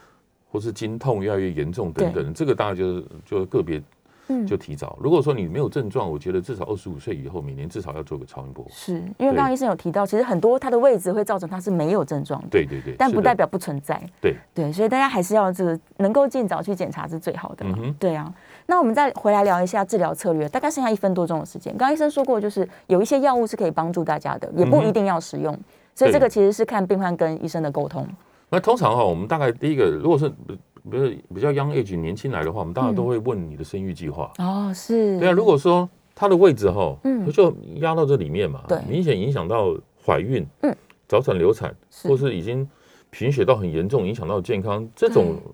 Speaker 3: 或是经痛越来越严重等等，这个当然就是就个别
Speaker 2: 嗯
Speaker 3: 就提早。如果说你没有症状，我觉得至少二十五岁以后，每年至少要做个超音波。
Speaker 2: 是因为刚刚
Speaker 3: 对
Speaker 2: 医生有提到，其实很多它的位置会造成它是没有症状的，
Speaker 3: 对对对，
Speaker 2: 但
Speaker 3: 是
Speaker 2: 不
Speaker 3: 的
Speaker 2: 代表不存在。
Speaker 3: 对
Speaker 2: 对，所以大家还是要这个能够尽早去检查是最好的嘛。
Speaker 3: 嗯哼
Speaker 2: 对啊，那我们再回来聊一下治疗策略，大概剩下一分多钟的时间。刚刚医生说过，就是有一些药物是可以帮助大家的，也不
Speaker 3: 嗯哼
Speaker 2: 一定要使用，所以这
Speaker 3: 对
Speaker 2: 个其实是看病患跟医生的沟通。
Speaker 3: 那通常哈、我们大概第一个，如果是不不是比较 young age 年轻来的话，我们当然都
Speaker 2: 嗯
Speaker 3: 会问你的生育计划。
Speaker 2: 哦，是，
Speaker 3: 对啊，如果说它的位置哈、
Speaker 2: 嗯
Speaker 3: 就压到这里面嘛，
Speaker 2: 对
Speaker 3: 明显影响到怀孕、
Speaker 2: 嗯、
Speaker 3: 早产、流产，
Speaker 2: 是
Speaker 3: 或是已经贫血到很严重，影响到健康，这种
Speaker 2: 对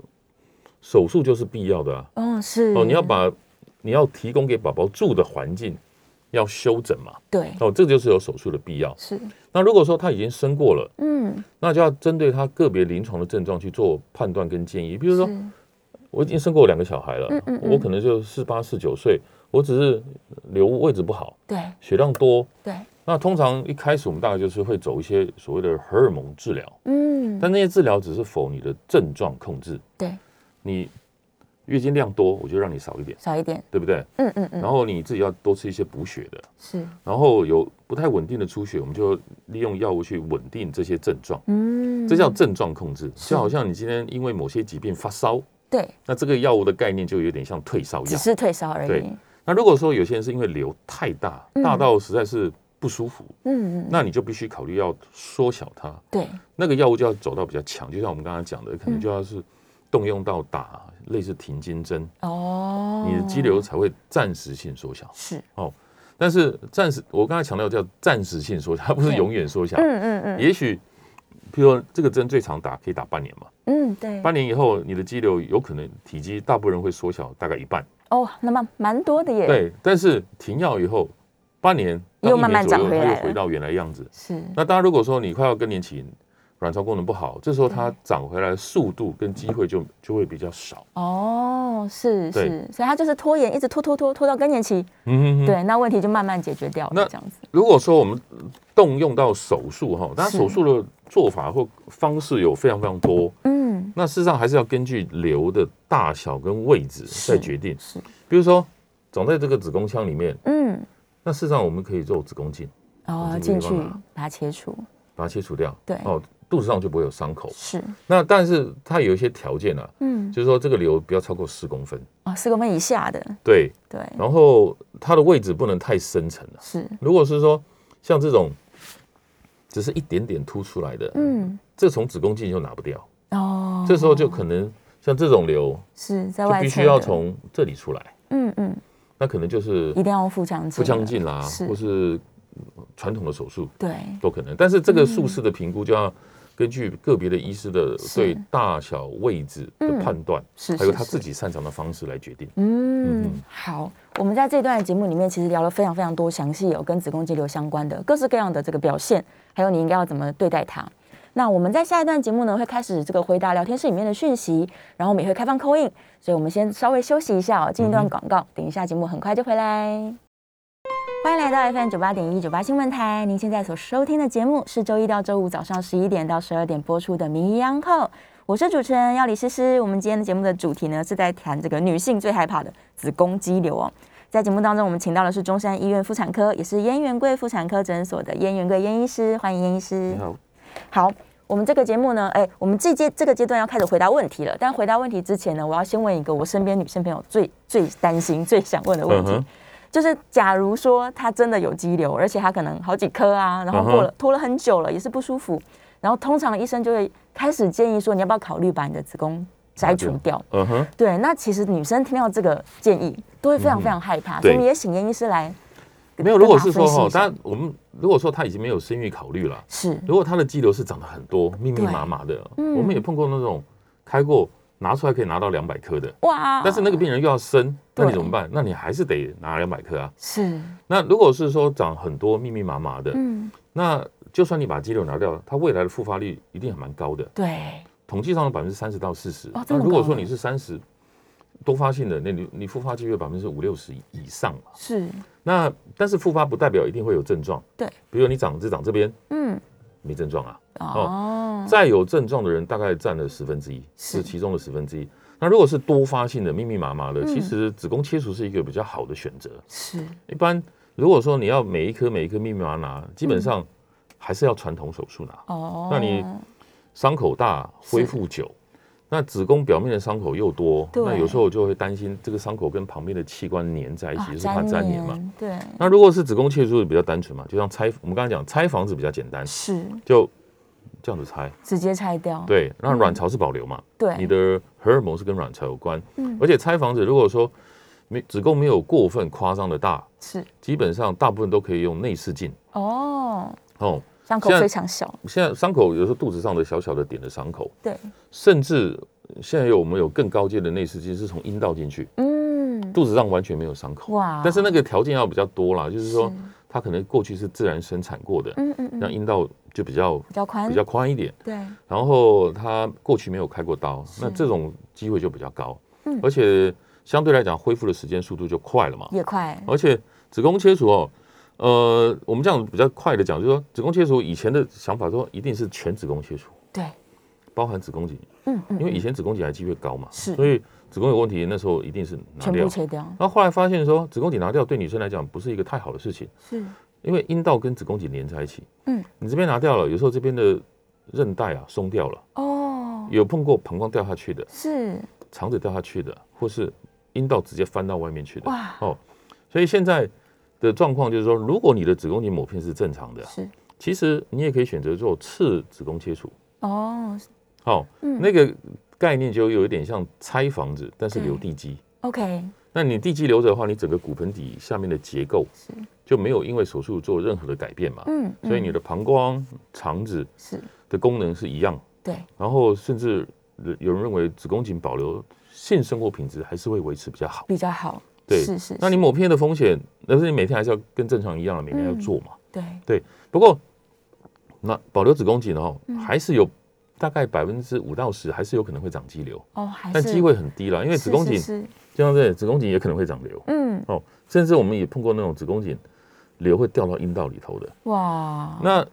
Speaker 3: 手术就是必要的啊。
Speaker 2: 哦是
Speaker 3: 哦，你要把你要提供给宝宝住的环境要修整嘛，
Speaker 2: 对，
Speaker 3: 哦，这就是有手术的必要。
Speaker 2: 是，
Speaker 3: 那如果说他已经生过了，
Speaker 2: 嗯，
Speaker 3: 那就要针对他个别临床的症状去做判断跟建议。比如说，
Speaker 2: 是
Speaker 3: 我已经生过两个小孩了，
Speaker 2: 嗯嗯嗯
Speaker 3: 我可能就四八四九岁，我只是瘤位置不好，
Speaker 2: 对
Speaker 3: 血量多。
Speaker 2: 对，
Speaker 3: 那通常一开始我们大概就是会走一些所谓的荷尔蒙治疗，
Speaker 2: 嗯，
Speaker 3: 但那些治疗只是否你的症状控制，
Speaker 2: 对，
Speaker 3: 你月经量多，我就让你少一点，
Speaker 2: 少一点，
Speaker 3: 对不对？
Speaker 2: 嗯嗯嗯，
Speaker 3: 然后你自己要多吃一些补血的，
Speaker 2: 是，
Speaker 3: 然后有不太稳定的出血，我们就利用药物去稳定这些症状，
Speaker 2: 嗯，
Speaker 3: 这叫症状控制。
Speaker 2: 是
Speaker 3: 就好像你今天因为某些疾病发烧，
Speaker 2: 对，
Speaker 3: 那这个药物的概念就有点像退烧
Speaker 2: 只
Speaker 3: 药。
Speaker 2: 是退烧而
Speaker 3: 对
Speaker 2: 已，
Speaker 3: 那如果说有些人是因为瘤太大，
Speaker 2: 嗯
Speaker 3: 大到实在是不舒服，
Speaker 2: 嗯嗯，
Speaker 3: 那你就必须考虑要缩小它。
Speaker 2: 对，
Speaker 3: 那个药物就要走到比较强，就像我们刚刚讲的，可能就要是动用到打类似停经针，
Speaker 2: 哦，
Speaker 3: 你的肌瘤啊才会暂时性缩小。
Speaker 2: 是，
Speaker 3: 但是暂时，我刚才强调叫暂时性缩小，它不是
Speaker 2: 对
Speaker 3: 永远缩小。
Speaker 2: 嗯嗯嗯，
Speaker 3: 也许，譬如说这个针最长打可以打半年嘛，
Speaker 2: 嗯对，
Speaker 3: 半年以后你的肌瘤有可能体积大部分人会缩小大概一半，
Speaker 2: 哦，那么蛮多的耶，，
Speaker 3: 对。但是停药以后，半年到
Speaker 2: 又
Speaker 3: 一
Speaker 2: 慢慢
Speaker 3: 年左右，
Speaker 2: 长回来
Speaker 3: 它
Speaker 2: 了
Speaker 3: 又回到原来样子。
Speaker 2: 是，
Speaker 3: 那当然，如果说你快要更年期，卵巢功能不好，这时候它
Speaker 2: 对
Speaker 3: 长回来的速度跟机会就就会比较少。
Speaker 2: 哦，是
Speaker 3: 对
Speaker 2: 是，所以他就是拖延，一直拖拖拖拖到更年期，
Speaker 3: 嗯哼哼。
Speaker 2: 对，那问题就慢慢解决掉了，
Speaker 3: 那
Speaker 2: 这样子，
Speaker 3: 如果说我们动用到手术哈，当然
Speaker 2: 是
Speaker 3: 手术的做法或方式有非常非常多。
Speaker 2: 嗯，
Speaker 3: 那事实上还是要根据瘤的大小跟位置
Speaker 2: 是
Speaker 3: 再决定。
Speaker 2: 是，
Speaker 3: 比如说长在这个子宫腔里面，
Speaker 2: 嗯，
Speaker 3: 那事实上我们可以做子宫镜
Speaker 2: 哦，
Speaker 3: 这
Speaker 2: 进
Speaker 3: 个地
Speaker 2: 去
Speaker 3: 方啊
Speaker 2: 把它切除，
Speaker 3: 把它切除掉，
Speaker 2: 对
Speaker 3: 哦，肚子上就不会有伤口。
Speaker 2: 是，
Speaker 3: 那但是它有一些条件啊，
Speaker 2: 嗯，
Speaker 3: 就是说这个瘤不要超过四公分，
Speaker 2: 哦，四公分以下的，
Speaker 3: 对，
Speaker 2: 对，
Speaker 3: 然后它的位置不能太深层了。
Speaker 2: 是，
Speaker 3: 如果是说像这种只是一点点凸出来的，，
Speaker 2: 嗯，
Speaker 3: 这从子宫镜就拿不掉，
Speaker 2: 哦，
Speaker 3: 这时候就可能像这种瘤
Speaker 2: 是在
Speaker 3: 就
Speaker 2: 外
Speaker 3: 必
Speaker 2: 侧
Speaker 3: 须要
Speaker 2: 的，
Speaker 3: 从这里出来，
Speaker 2: 嗯嗯，
Speaker 3: 那可能就是
Speaker 2: 一定要用腹腔镜，
Speaker 3: 腹腔，镜啦，啊
Speaker 2: 是
Speaker 3: 或是传统的手术
Speaker 2: 对，
Speaker 3: 都可能。但是这个术式的评估就要根据个别的医师的
Speaker 2: 是嗯
Speaker 3: 对大小位置的判断，
Speaker 2: 是，
Speaker 3: 还有
Speaker 2: 是
Speaker 3: 他
Speaker 2: 是
Speaker 3: 自己擅长的方式来决定。
Speaker 2: 嗯
Speaker 3: 嗯哼，
Speaker 2: 好，我们在这段的节目里面，其实聊了非常非常多详细有跟子宫肌瘤相关的各式各样的这个表现，还有你应该要怎么对待它。那我们在下一段节目呢，会开始这个回答聊天室里面的讯息，然后我们也会开放扣印，所以我们先稍微休息一下哦，进一
Speaker 3: 嗯
Speaker 2: 段广告，等一下节目很快就回来。欢迎来到 FM 九八点一九八新闻台，您现在所收听的节目是周一到周五早上十一点到十二点播出的《名医央叩》，我是主持人要李诗诗。我们今天的节目的主题呢是在谈这个女性最害怕的子宫肌瘤哦。在节目当中，我们请到的是中山医院妇产科，也是燕元贵妇产科诊所的燕元贵燕医师，欢迎燕医师
Speaker 3: 你。好，
Speaker 2: 好，我们这个节目呢，哎，我们这阶这个阶段要开始回答问题了。但回答问题之前呢，我要先问一个我身边女性朋友最最担心、最想问的问
Speaker 3: 嗯
Speaker 2: 题，
Speaker 3: 哼，
Speaker 2: 就是假如说她真的有肌瘤，而且她可能好几颗啊，然后过了、
Speaker 3: 嗯哼
Speaker 2: 拖了很久了，也是不舒服，然后通常医生就会开始建议说，你要不要考虑把你的子宫摘除掉？
Speaker 3: 嗯哼。
Speaker 2: 对，那其实女生听到这个建议都会非常非常害怕，所以
Speaker 3: 对
Speaker 2: 我们也请严医师来跟。
Speaker 3: 没有，如果是说
Speaker 2: 哈
Speaker 3: 哈，，当然我们如果说他已经没有生育考虑了，
Speaker 2: 是
Speaker 3: 如果他的肌瘤是长得很多、密密麻麻的，
Speaker 2: 嗯
Speaker 3: 我们也碰过那种开过拿出来可以拿到两百颗的，
Speaker 2: 哇，
Speaker 3: 但是那个病人又要生，那你
Speaker 2: 啊对
Speaker 3: 怎么办？那你还是得拿两百颗啊。
Speaker 2: 是
Speaker 3: 那如果是说长很多、密密麻麻的，
Speaker 2: 嗯
Speaker 3: 那就算你把肌瘤拿掉，它未来的复发率一定还蛮高的，
Speaker 2: 对
Speaker 3: 统计上的百分之三十到四十
Speaker 2: 哦。这
Speaker 3: 那
Speaker 2: 么高
Speaker 3: 如果说你是三十多发性的，那你你复发几率百分之五六十以上嘛。
Speaker 2: 是
Speaker 3: 那但是复发不代表一定会有症状，
Speaker 2: 对，
Speaker 3: 比如你长这长这边
Speaker 2: 嗯
Speaker 3: 没症状啊，
Speaker 2: 哦
Speaker 3: 再有症状的人大概占了十分之一，
Speaker 2: 是
Speaker 3: 是其中的十分之一。那如果是多发性的密密麻麻的，
Speaker 2: 嗯
Speaker 3: 其实子宫切除是一个比较好的选择。
Speaker 2: 是
Speaker 3: 一般如果说你要每一颗每一颗密密麻麻拿，基本
Speaker 2: 嗯
Speaker 3: 上还是要传统手术拿，
Speaker 2: 哦，
Speaker 3: 那你伤口大，
Speaker 2: 是
Speaker 3: 恢复久。那子宫表面的伤口又多，
Speaker 2: 对
Speaker 3: 那有时候就会担心这个伤口跟旁边的器官粘在一
Speaker 2: 啊
Speaker 3: 起，就是怕粘连嘛。
Speaker 2: 粘对
Speaker 3: 那如果是子宫切除比较单纯嘛，就像拆，我们刚才讲拆房子比较简单，
Speaker 2: 是
Speaker 3: 就这样子拆。
Speaker 2: 直接拆掉
Speaker 3: 对，那
Speaker 2: 嗯
Speaker 3: 卵巢是保留嘛，
Speaker 2: 对
Speaker 3: 你的荷尔蒙是跟卵巢有关，
Speaker 2: 嗯
Speaker 3: 而且拆房子如果说没子宫没有过分夸张的大，
Speaker 2: 是
Speaker 3: 基本上大部分都可以用内视镜
Speaker 2: 哦，
Speaker 3: 哦。
Speaker 2: 伤口
Speaker 3: 现在
Speaker 2: 非常小
Speaker 3: 现在伤口有时候肚子上的小小的点的伤口，
Speaker 2: 对
Speaker 3: 甚至现在有我们有更高阶的内视镜是从阴道进去，
Speaker 2: 嗯
Speaker 3: 肚子上完全没有伤口。
Speaker 2: 哇
Speaker 3: 但是那个条件要比较多啦，就是说
Speaker 2: 是
Speaker 3: 它可能过去是自然生产过的，
Speaker 2: 嗯嗯
Speaker 3: 让
Speaker 2: 嗯，
Speaker 3: 阴道就比较
Speaker 2: 比较宽，
Speaker 3: 比较宽一点，
Speaker 2: 对，
Speaker 3: 然后它过去没有开过刀，那这种机会就比较高
Speaker 2: 嗯，
Speaker 3: 而且相对来讲恢复的时间速度就快了嘛。
Speaker 2: 也快，
Speaker 3: 而且子宫切除哦，呃，我们这样比较快的讲，就是说子宫切除以前的想法说一定是全子宫切除，
Speaker 2: 对，
Speaker 3: 包含子宫颈，
Speaker 2: 嗯嗯，
Speaker 3: 因为以前子宫颈癌机会高嘛，
Speaker 2: 是
Speaker 3: 所以子宫有问题那时候一定是拿
Speaker 2: 全部
Speaker 3: 掉。
Speaker 2: 切掉，
Speaker 3: 那后来发现说，子宫颈拿掉对女生来讲不是一个太好的事情，
Speaker 2: 是
Speaker 3: 因为阴道跟子宫颈连在一起，
Speaker 2: 嗯，
Speaker 3: 你这边拿掉了，有时候这边的韧带啊松掉了，
Speaker 2: 哦，
Speaker 3: 有碰过膀胱掉下去的，
Speaker 2: 是
Speaker 3: 肠子掉下去的，或是阴道直接翻到外面去的。
Speaker 2: 哇，
Speaker 3: 哦，所以现在的状况就是说，如果你的子宫颈抹片是正常的，
Speaker 2: 是
Speaker 3: 其实你也可以选择做次子宫切除。
Speaker 2: 哦
Speaker 3: 哦，
Speaker 2: 嗯
Speaker 3: 那个概念就有一点像拆房子，但是
Speaker 2: 对
Speaker 3: 留地基。
Speaker 2: ，OK，
Speaker 3: 那你地基留着的话，你整个骨盆底下面的结构
Speaker 2: 是
Speaker 3: 就没有因为手术做任何的改变嘛，
Speaker 2: 嗯，
Speaker 3: 所以你
Speaker 2: 嗯
Speaker 3: 的膀胱、肠子
Speaker 2: 是
Speaker 3: 的功能是一样。
Speaker 2: 对，
Speaker 3: 然后甚至有人认为子宫颈保留性生活品质还是会维持比较好。
Speaker 2: 比较好，
Speaker 3: 对
Speaker 2: 是是，
Speaker 3: 那你
Speaker 2: 是
Speaker 3: 抹片的风险，但是你每天还是要跟正常一样，每天要
Speaker 2: 嗯
Speaker 3: 做嘛。
Speaker 2: 对
Speaker 3: 不过，那保留子宫颈哦，
Speaker 2: 嗯
Speaker 3: 还是有大概百分之五到十，还是有可能会长肌瘤，
Speaker 2: 哦还是
Speaker 3: 但机会很低了，因为
Speaker 2: 是
Speaker 3: 子宫
Speaker 2: 是
Speaker 3: 颈
Speaker 2: 是
Speaker 3: 就像这里子宫颈也可能会长瘤
Speaker 2: 嗯
Speaker 3: 哦，甚至我们也碰过那种子宫颈瘤会掉到阴道里头的。
Speaker 2: 哦哇，
Speaker 3: 那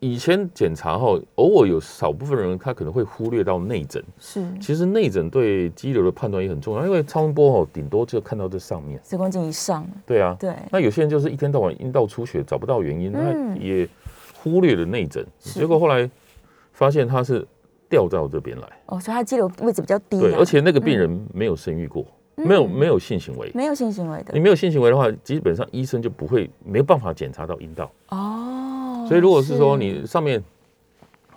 Speaker 3: 以前检查后，偶尔有少部分人他可能会忽略到内诊，
Speaker 2: 是
Speaker 3: 其实内诊对肌瘤的判断也很重要，因为超音波哦，顶多就看到这上面。
Speaker 2: 子宫颈以上，
Speaker 3: 对啊，
Speaker 2: 对
Speaker 3: 那有些人就是一天到晚阴道出血，找不到原因，
Speaker 2: 嗯
Speaker 3: 那也忽略了内诊，
Speaker 2: 是
Speaker 3: 结果后来发现他是掉到这边来，
Speaker 2: 哦，所以它的肌瘤位置比较低
Speaker 3: 对，
Speaker 2: 啊，
Speaker 3: 而且那个病人没有生育过，没有
Speaker 2: 嗯
Speaker 3: 没有性行为，
Speaker 2: 没有性行为
Speaker 3: 你
Speaker 2: 的
Speaker 3: 没有性行为的话，基本上医生就不会没有办法检查到阴道，
Speaker 2: 哦，
Speaker 3: 所以如果是说你上面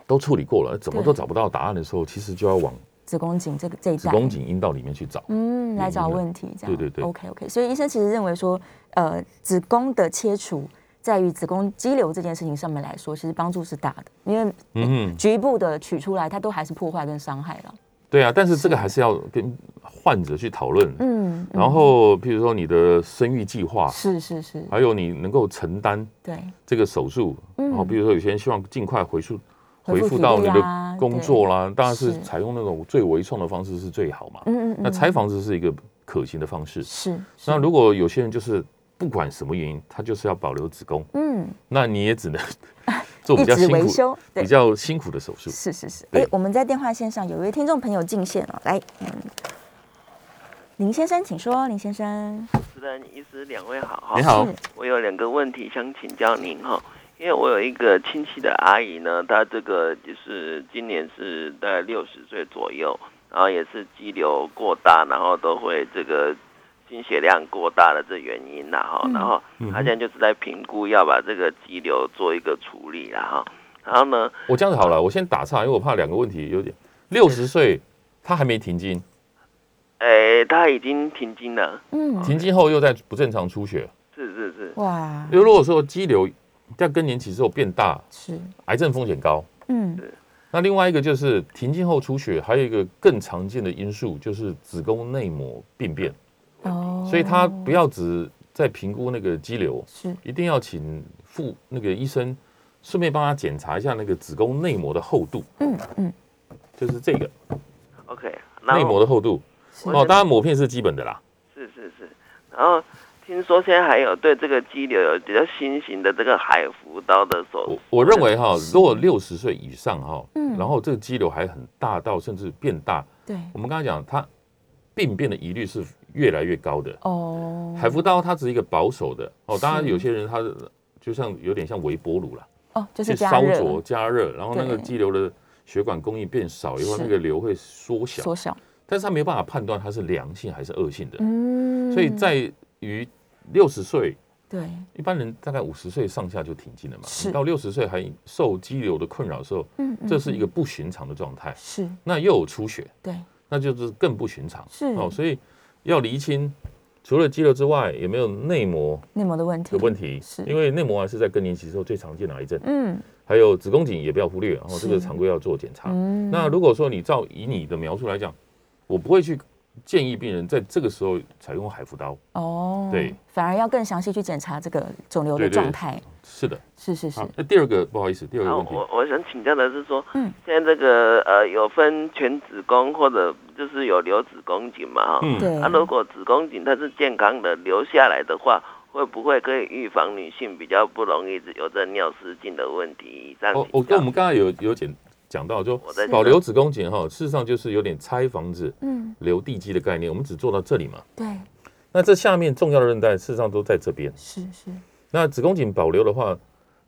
Speaker 3: 都处理过了，怎么都
Speaker 2: 对
Speaker 3: 找不到答案的时候，其实就要往
Speaker 2: 子宫颈这个这一
Speaker 3: 子
Speaker 2: 带，
Speaker 3: 宫颈阴道里面去找，
Speaker 2: 嗯，来找
Speaker 3: 因了
Speaker 2: 问题这样。
Speaker 3: 对对对
Speaker 2: OK OK，所以医生其实认为说，呃，子宫的切除在于子宫肌瘤这件事情上面来说，其实帮助是大的，因为
Speaker 3: 嗯哼，
Speaker 2: 局部的取出来，它都还是破坏跟伤害了。
Speaker 3: 对啊，但是这个还是要跟患者去讨论，
Speaker 2: 嗯，嗯
Speaker 3: 然后譬如说你的生育计划。
Speaker 2: 是是是，
Speaker 3: 还有你能够承担
Speaker 2: 对，
Speaker 3: 这个手术，
Speaker 2: 嗯
Speaker 3: 然后比如说有些人希望尽快回复
Speaker 2: 恢
Speaker 3: 回
Speaker 2: 复
Speaker 3: 复到
Speaker 2: 体
Speaker 3: 你
Speaker 2: 力啊
Speaker 3: 的工作啦，当然是
Speaker 2: 是
Speaker 3: 采用那种最微创的方式是最好嘛。
Speaker 2: 嗯嗯嗯，
Speaker 3: 那拆房子是一个可行的方式。
Speaker 2: 是是
Speaker 3: 那如果有些人就是不管什么原因，他就是要保留子宫，
Speaker 2: 嗯
Speaker 3: 那你也只能 做比
Speaker 2: 一
Speaker 3: 较
Speaker 2: 直
Speaker 3: 辛
Speaker 2: 维
Speaker 3: 苦、
Speaker 2: 修，对
Speaker 3: 比，较辛苦的手术。
Speaker 2: 是是是。哎、
Speaker 3: 对
Speaker 2: 我们在电话线上有一位听众朋友进线了，来，嗯，林先生，请说，林先生，
Speaker 4: 主持人、医师两位好哈。
Speaker 3: 你好
Speaker 2: 是
Speaker 4: 我有两个问题想请教您哈，因为我有一个亲戚的阿姨呢，她这个就是今年是大概六十岁左右，然后也是肌瘤过大，然后都会这个经血量过大的这原因啦哈，
Speaker 2: 嗯
Speaker 4: 然后她现在就是在评估要把这个肌瘤做一个处理啦哈，然后呢，
Speaker 3: 我这样子好了，我先打岔，因为我怕两个问题有点。六十岁他还没停经，
Speaker 4: 诶，她已经停经了，
Speaker 2: 嗯，
Speaker 3: 停经后又在不正常出血。
Speaker 4: 是是是，
Speaker 3: 哦
Speaker 2: 哇，
Speaker 3: 因为如果说肌瘤在更年期之后变大，
Speaker 2: 是，
Speaker 3: 癌症风险高。
Speaker 2: 嗯，
Speaker 3: 那另外一个就是停经后出血，还有一个更常见的因素就是子宫内膜病变，
Speaker 2: 哦，
Speaker 3: 呃所以他不要只在评估那个肌瘤，
Speaker 2: 是
Speaker 3: 一定要请妇那个医生顺便帮他检查一下那个子宫内膜的厚度，
Speaker 2: 嗯嗯，
Speaker 3: 就是这个
Speaker 4: OK，然
Speaker 3: 内
Speaker 4: 后
Speaker 3: 膜的厚度。
Speaker 2: 是
Speaker 3: 哦，当然抹片是基本的啦。
Speaker 4: 是是是，然后听说现在还有对这个肌瘤有比较新型的这个海扶刀的手
Speaker 3: 我
Speaker 4: 术，
Speaker 3: 我认为哈，如果六十岁以上哈，
Speaker 2: 嗯
Speaker 3: 然后这个肌瘤还很大到甚至变大，
Speaker 2: 对，
Speaker 3: 我们刚才讲它病变的疑虑是越来越高的。
Speaker 2: 哦，
Speaker 3: 海服刀它只是一个保守的哦，
Speaker 2: 是
Speaker 3: 当然有些人他的就像有点像微波炉啦，
Speaker 2: 哦，就是
Speaker 3: 去
Speaker 2: 加
Speaker 3: 烧
Speaker 2: 热
Speaker 3: 灼加热，然后那个
Speaker 2: 对
Speaker 3: 肌瘤的血管供应变少以后，
Speaker 2: 是
Speaker 3: 那个瘤会缩
Speaker 2: 缩
Speaker 3: 小，
Speaker 2: 小，
Speaker 3: 但是他没有办法判断它是良性还是恶性的，
Speaker 2: 嗯，
Speaker 3: 所以在于六十岁。
Speaker 2: 对
Speaker 3: 一般人大概五十岁上下就挺进了嘛，
Speaker 2: 是
Speaker 3: 你到六十岁还受肌瘤的困扰的时候，
Speaker 2: 嗯嗯
Speaker 3: 这是一个不寻常的状态。
Speaker 2: 是
Speaker 3: 那又有出血，
Speaker 2: 对
Speaker 3: 那就是更不寻常。
Speaker 2: 是
Speaker 3: 哦，所以要厘清，除了肌瘤之外，有没有内膜
Speaker 2: 内膜的问题
Speaker 3: 的问题，
Speaker 2: 是
Speaker 3: 因为内膜癌是在更年期之后最常见的癌症，
Speaker 2: 嗯
Speaker 3: 还有子宫颈也不要忽略，哦然后
Speaker 2: 是
Speaker 3: 这个常规要做检查。
Speaker 2: 嗯，
Speaker 3: 那如果说你照以你的描述来讲，我不会去建议病人在这个时候采用海扶刀。
Speaker 2: 哦，
Speaker 3: 对，
Speaker 2: 反而要更详细去检查这个肿瘤的
Speaker 3: 对对
Speaker 2: 状态。
Speaker 3: 是的，
Speaker 2: 是是是
Speaker 3: 好，，那第二个不好意思，第二
Speaker 4: 然
Speaker 3: 个问
Speaker 4: 后
Speaker 3: 题，
Speaker 4: 我我想请教的是说，
Speaker 2: 嗯，
Speaker 4: 现在这个呃有分全子宫或者就是有留子宫颈嘛哈，
Speaker 3: 嗯
Speaker 2: 对
Speaker 4: 那、如果子宫颈它是健康的留下来的话，会不会可以预防女性比较不容易有这尿失禁的问题？这样
Speaker 3: 哦，
Speaker 4: 请
Speaker 3: 我
Speaker 4: 教
Speaker 3: 跟我们刚才有有讲讲到，就
Speaker 4: 我在
Speaker 3: 保留子宫颈哈，事实上就是有点拆房子
Speaker 2: 嗯，
Speaker 3: 留地基的概念，我们只做到这里嘛。
Speaker 2: 对，
Speaker 3: 那这下面重要的韧带事实上都在这边。
Speaker 2: 是是，
Speaker 3: 那子宫颈保留的话，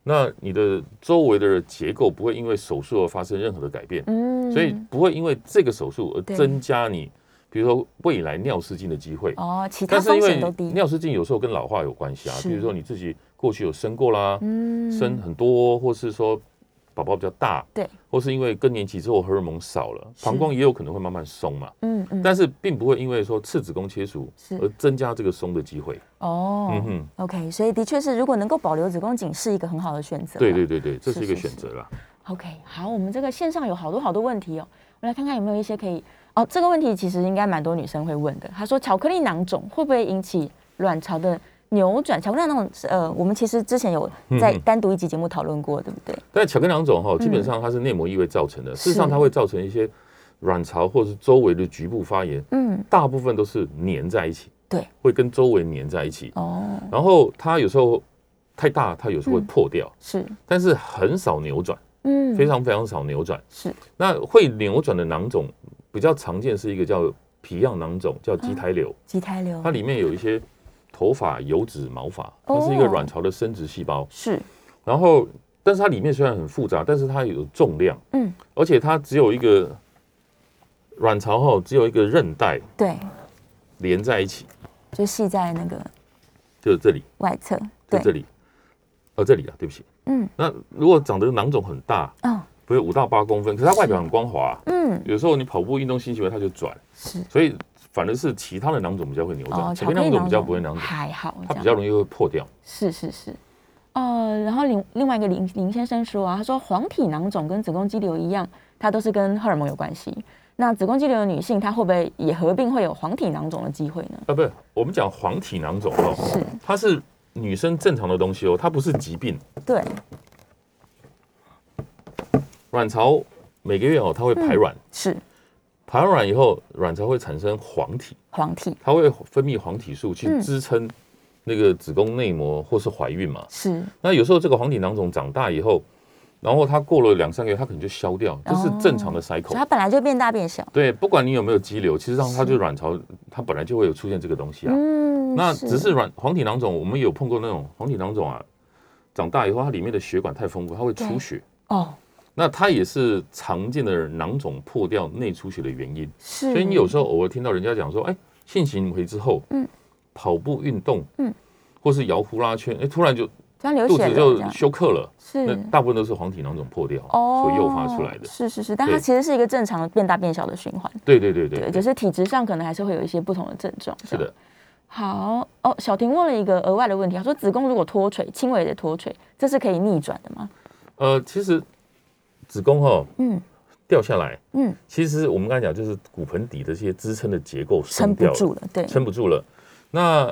Speaker 3: 那你的周围的结构不会因为手术而发生任何的改变，
Speaker 2: 嗯，
Speaker 3: 所以不会因为这个手术而
Speaker 2: 对
Speaker 3: 增加你，比如说未来尿失禁的机会。
Speaker 2: 哦，其他
Speaker 3: 但是
Speaker 2: 风
Speaker 3: 因为
Speaker 2: 险都低，
Speaker 3: 尿失禁有时候跟老化有关系啊，
Speaker 2: 是
Speaker 3: 比如说你自己过去有生过啦，
Speaker 2: 嗯
Speaker 3: 生很多，或是说宝宝比较大，
Speaker 2: 对，
Speaker 3: 或是因为更年期之后荷尔蒙少了，
Speaker 2: 是
Speaker 3: 膀胱也有可能会慢慢松嘛。
Speaker 2: 嗯嗯，
Speaker 3: 但是并不会因为说次子宫切除
Speaker 2: 是
Speaker 3: 而增加这个松的机会。
Speaker 2: 哦，
Speaker 3: 嗯哼，
Speaker 2: OK，所以的确是，如果能够保留子宫颈是一个很好的选择。
Speaker 3: 对对对对，这是一个
Speaker 2: 啊是是
Speaker 3: 选择啦。
Speaker 2: OK，好，我们这个线上有好多好多问题哦，我们来看看有没有一些可以哦。这个问题其实应该蛮多女生会问的。她说，巧克力囊肿会不会引起卵巢的扭转？巧克力囊肿是，呃，我们其实之前有在
Speaker 3: 嗯
Speaker 2: 单独一集节目讨论过，对不对？
Speaker 3: 但巧克力囊肿
Speaker 2: 嗯
Speaker 3: 哈，基本上它是内膜异位造成的，事实上它会造成一些卵巢或是周围的局部发炎，
Speaker 2: 嗯，
Speaker 3: 大部分都是粘在一起，
Speaker 2: 对，
Speaker 3: 会跟周围粘在一起。
Speaker 2: 哦，
Speaker 3: 然后它有时候太大，它有时候会破掉，
Speaker 2: 是，
Speaker 3: 但是很少扭转，
Speaker 2: 嗯，
Speaker 3: 非常非常少扭转。
Speaker 2: 是，
Speaker 3: 那会扭转的囊肿比较常见是一个叫皮样囊肿，
Speaker 2: 啊
Speaker 3: 叫畸胎瘤，
Speaker 2: 畸胎瘤
Speaker 3: 它里面有一些头发、油脂、毛发，它是一个
Speaker 2: 哦
Speaker 3: 卵巢的生殖细胞。
Speaker 2: 是，
Speaker 3: 然后，但是它里面虽然很复杂，但是它有重量，
Speaker 2: 嗯，
Speaker 3: 而且它只有一个卵巢后只有一个韧带
Speaker 2: 对，
Speaker 3: 连在一起，
Speaker 2: 就系在那个
Speaker 3: 就是这里，
Speaker 2: 外侧，
Speaker 3: 就
Speaker 2: 对，
Speaker 3: 这里，呃，这里啊，对不起。
Speaker 2: 嗯，
Speaker 3: 那如果长得囊肿很大，
Speaker 2: 哦，
Speaker 3: 比如五到八公分，可是它外表很光滑、
Speaker 2: 嗯，
Speaker 3: 有时候你跑步运动心血管它就转，
Speaker 2: 是，
Speaker 3: 所以反而是其他的囊肿比较会扭转，
Speaker 2: 哦，
Speaker 3: 前
Speaker 2: 巧克
Speaker 3: 面
Speaker 2: 力
Speaker 3: 囊肿
Speaker 2: 囊
Speaker 3: 比较不会囊肿，
Speaker 2: 还好，
Speaker 3: 它
Speaker 2: 这
Speaker 3: 比
Speaker 2: 样
Speaker 3: 较容易会破掉。
Speaker 2: 是是是，呃，然后另另外一个林林先生说啊，他说黄体囊肿跟子宫肌瘤一样，它都是跟荷尔蒙有关系。那子宫肌瘤的女性，她会不会也合并会有黄体囊肿的机会呢？
Speaker 3: 啊，不是，我们讲黄体囊肿哦，
Speaker 2: 是
Speaker 3: 它是女生正常的东西哦，它不是疾病。
Speaker 2: 对，
Speaker 3: 卵巢每个月哦，它会
Speaker 2: 嗯
Speaker 3: 排卵，
Speaker 2: 是
Speaker 3: 排完卵以后，卵巢会产生黄体，
Speaker 2: 黄体，
Speaker 3: 它会分泌黄体素去
Speaker 2: 嗯
Speaker 3: 支撑那个子宫内膜或是怀孕嘛。
Speaker 2: 是
Speaker 3: 那有时候这个黄体囊肿长大以后，然后它过了两三个月，它可能就消掉，这
Speaker 2: 哦
Speaker 3: 是正常的
Speaker 2: 所
Speaker 3: cycle。
Speaker 2: 以它本来就变大变小。
Speaker 3: 对，不管你有没有肌瘤，其实上它就是卵巢，它本来就会有出现这个东西啊。
Speaker 2: 嗯，
Speaker 3: 那只是卵黄体囊肿，我们有碰过那种黄体囊肿啊，长大以后它里面的血管太丰富，它会出血。
Speaker 2: 哦，
Speaker 3: 那它也是常见的囊肿破掉内出血的原因。
Speaker 2: 是，
Speaker 3: 所以你有时候偶尔听到人家讲说，哎，性行为之后，
Speaker 2: 嗯
Speaker 3: 跑步运动，
Speaker 2: 嗯
Speaker 3: 或是摇呼啦圈，哎，突然就
Speaker 2: 突然流
Speaker 3: 肚
Speaker 2: 血了
Speaker 3: 子
Speaker 2: 这
Speaker 3: 就
Speaker 2: 样，
Speaker 3: 休克了，那
Speaker 2: 是哦
Speaker 3: 大部分都是黄体囊肿破掉所诱发出来的。
Speaker 2: 是是是，但它
Speaker 3: 对
Speaker 2: 其实是一个正常的变大变小的循环。
Speaker 3: 对对对
Speaker 2: 对，
Speaker 3: 对，
Speaker 2: 只是体质上可能还是会有一些不同的症状。这
Speaker 3: 是
Speaker 2: 样
Speaker 3: 的，
Speaker 2: 好哦，小婷问了一个额外的问题，她说子宫如果脱垂，轻微的脱垂，这是可以逆转的吗？
Speaker 3: 呃，其实子宫哈
Speaker 2: 嗯
Speaker 3: 掉下来，
Speaker 2: 嗯，
Speaker 3: 其实我们刚才讲就是骨盆底的这些支撑的结构
Speaker 2: 撑
Speaker 3: 松
Speaker 2: 不
Speaker 3: 掉了，
Speaker 2: 住了，对，
Speaker 3: 撑不住了。那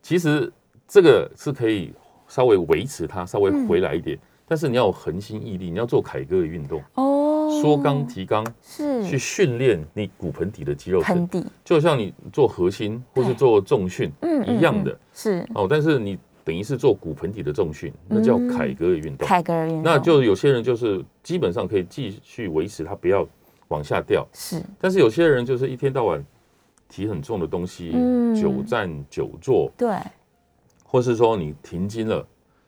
Speaker 3: 其实这个是可以稍微维持它，稍微回来一
Speaker 2: 嗯
Speaker 3: 点，但是你要有恒心毅力，你要做凯歌的运动，
Speaker 2: 哦，
Speaker 3: 缩肛提肛，去
Speaker 2: 是
Speaker 3: 训练你骨盆底的肌肉
Speaker 2: 盆
Speaker 3: 层，
Speaker 2: 底，
Speaker 3: 就像你做核心或
Speaker 2: 对
Speaker 3: 是做重训
Speaker 2: 嗯，嗯
Speaker 3: 一样的
Speaker 2: 嗯是
Speaker 3: 哦，但是你等于是做骨盆底的重训，那叫
Speaker 2: 嗯
Speaker 3: 凯歌的运动。
Speaker 2: 凯格尔运动，
Speaker 3: 那就有些人就是基本上可以继续维持它不要往下掉，
Speaker 2: 是
Speaker 3: 但是有些人就是一天到晚提很重的东西，
Speaker 2: 嗯
Speaker 3: 久站久坐，
Speaker 2: 对，
Speaker 3: 或是说你停经了，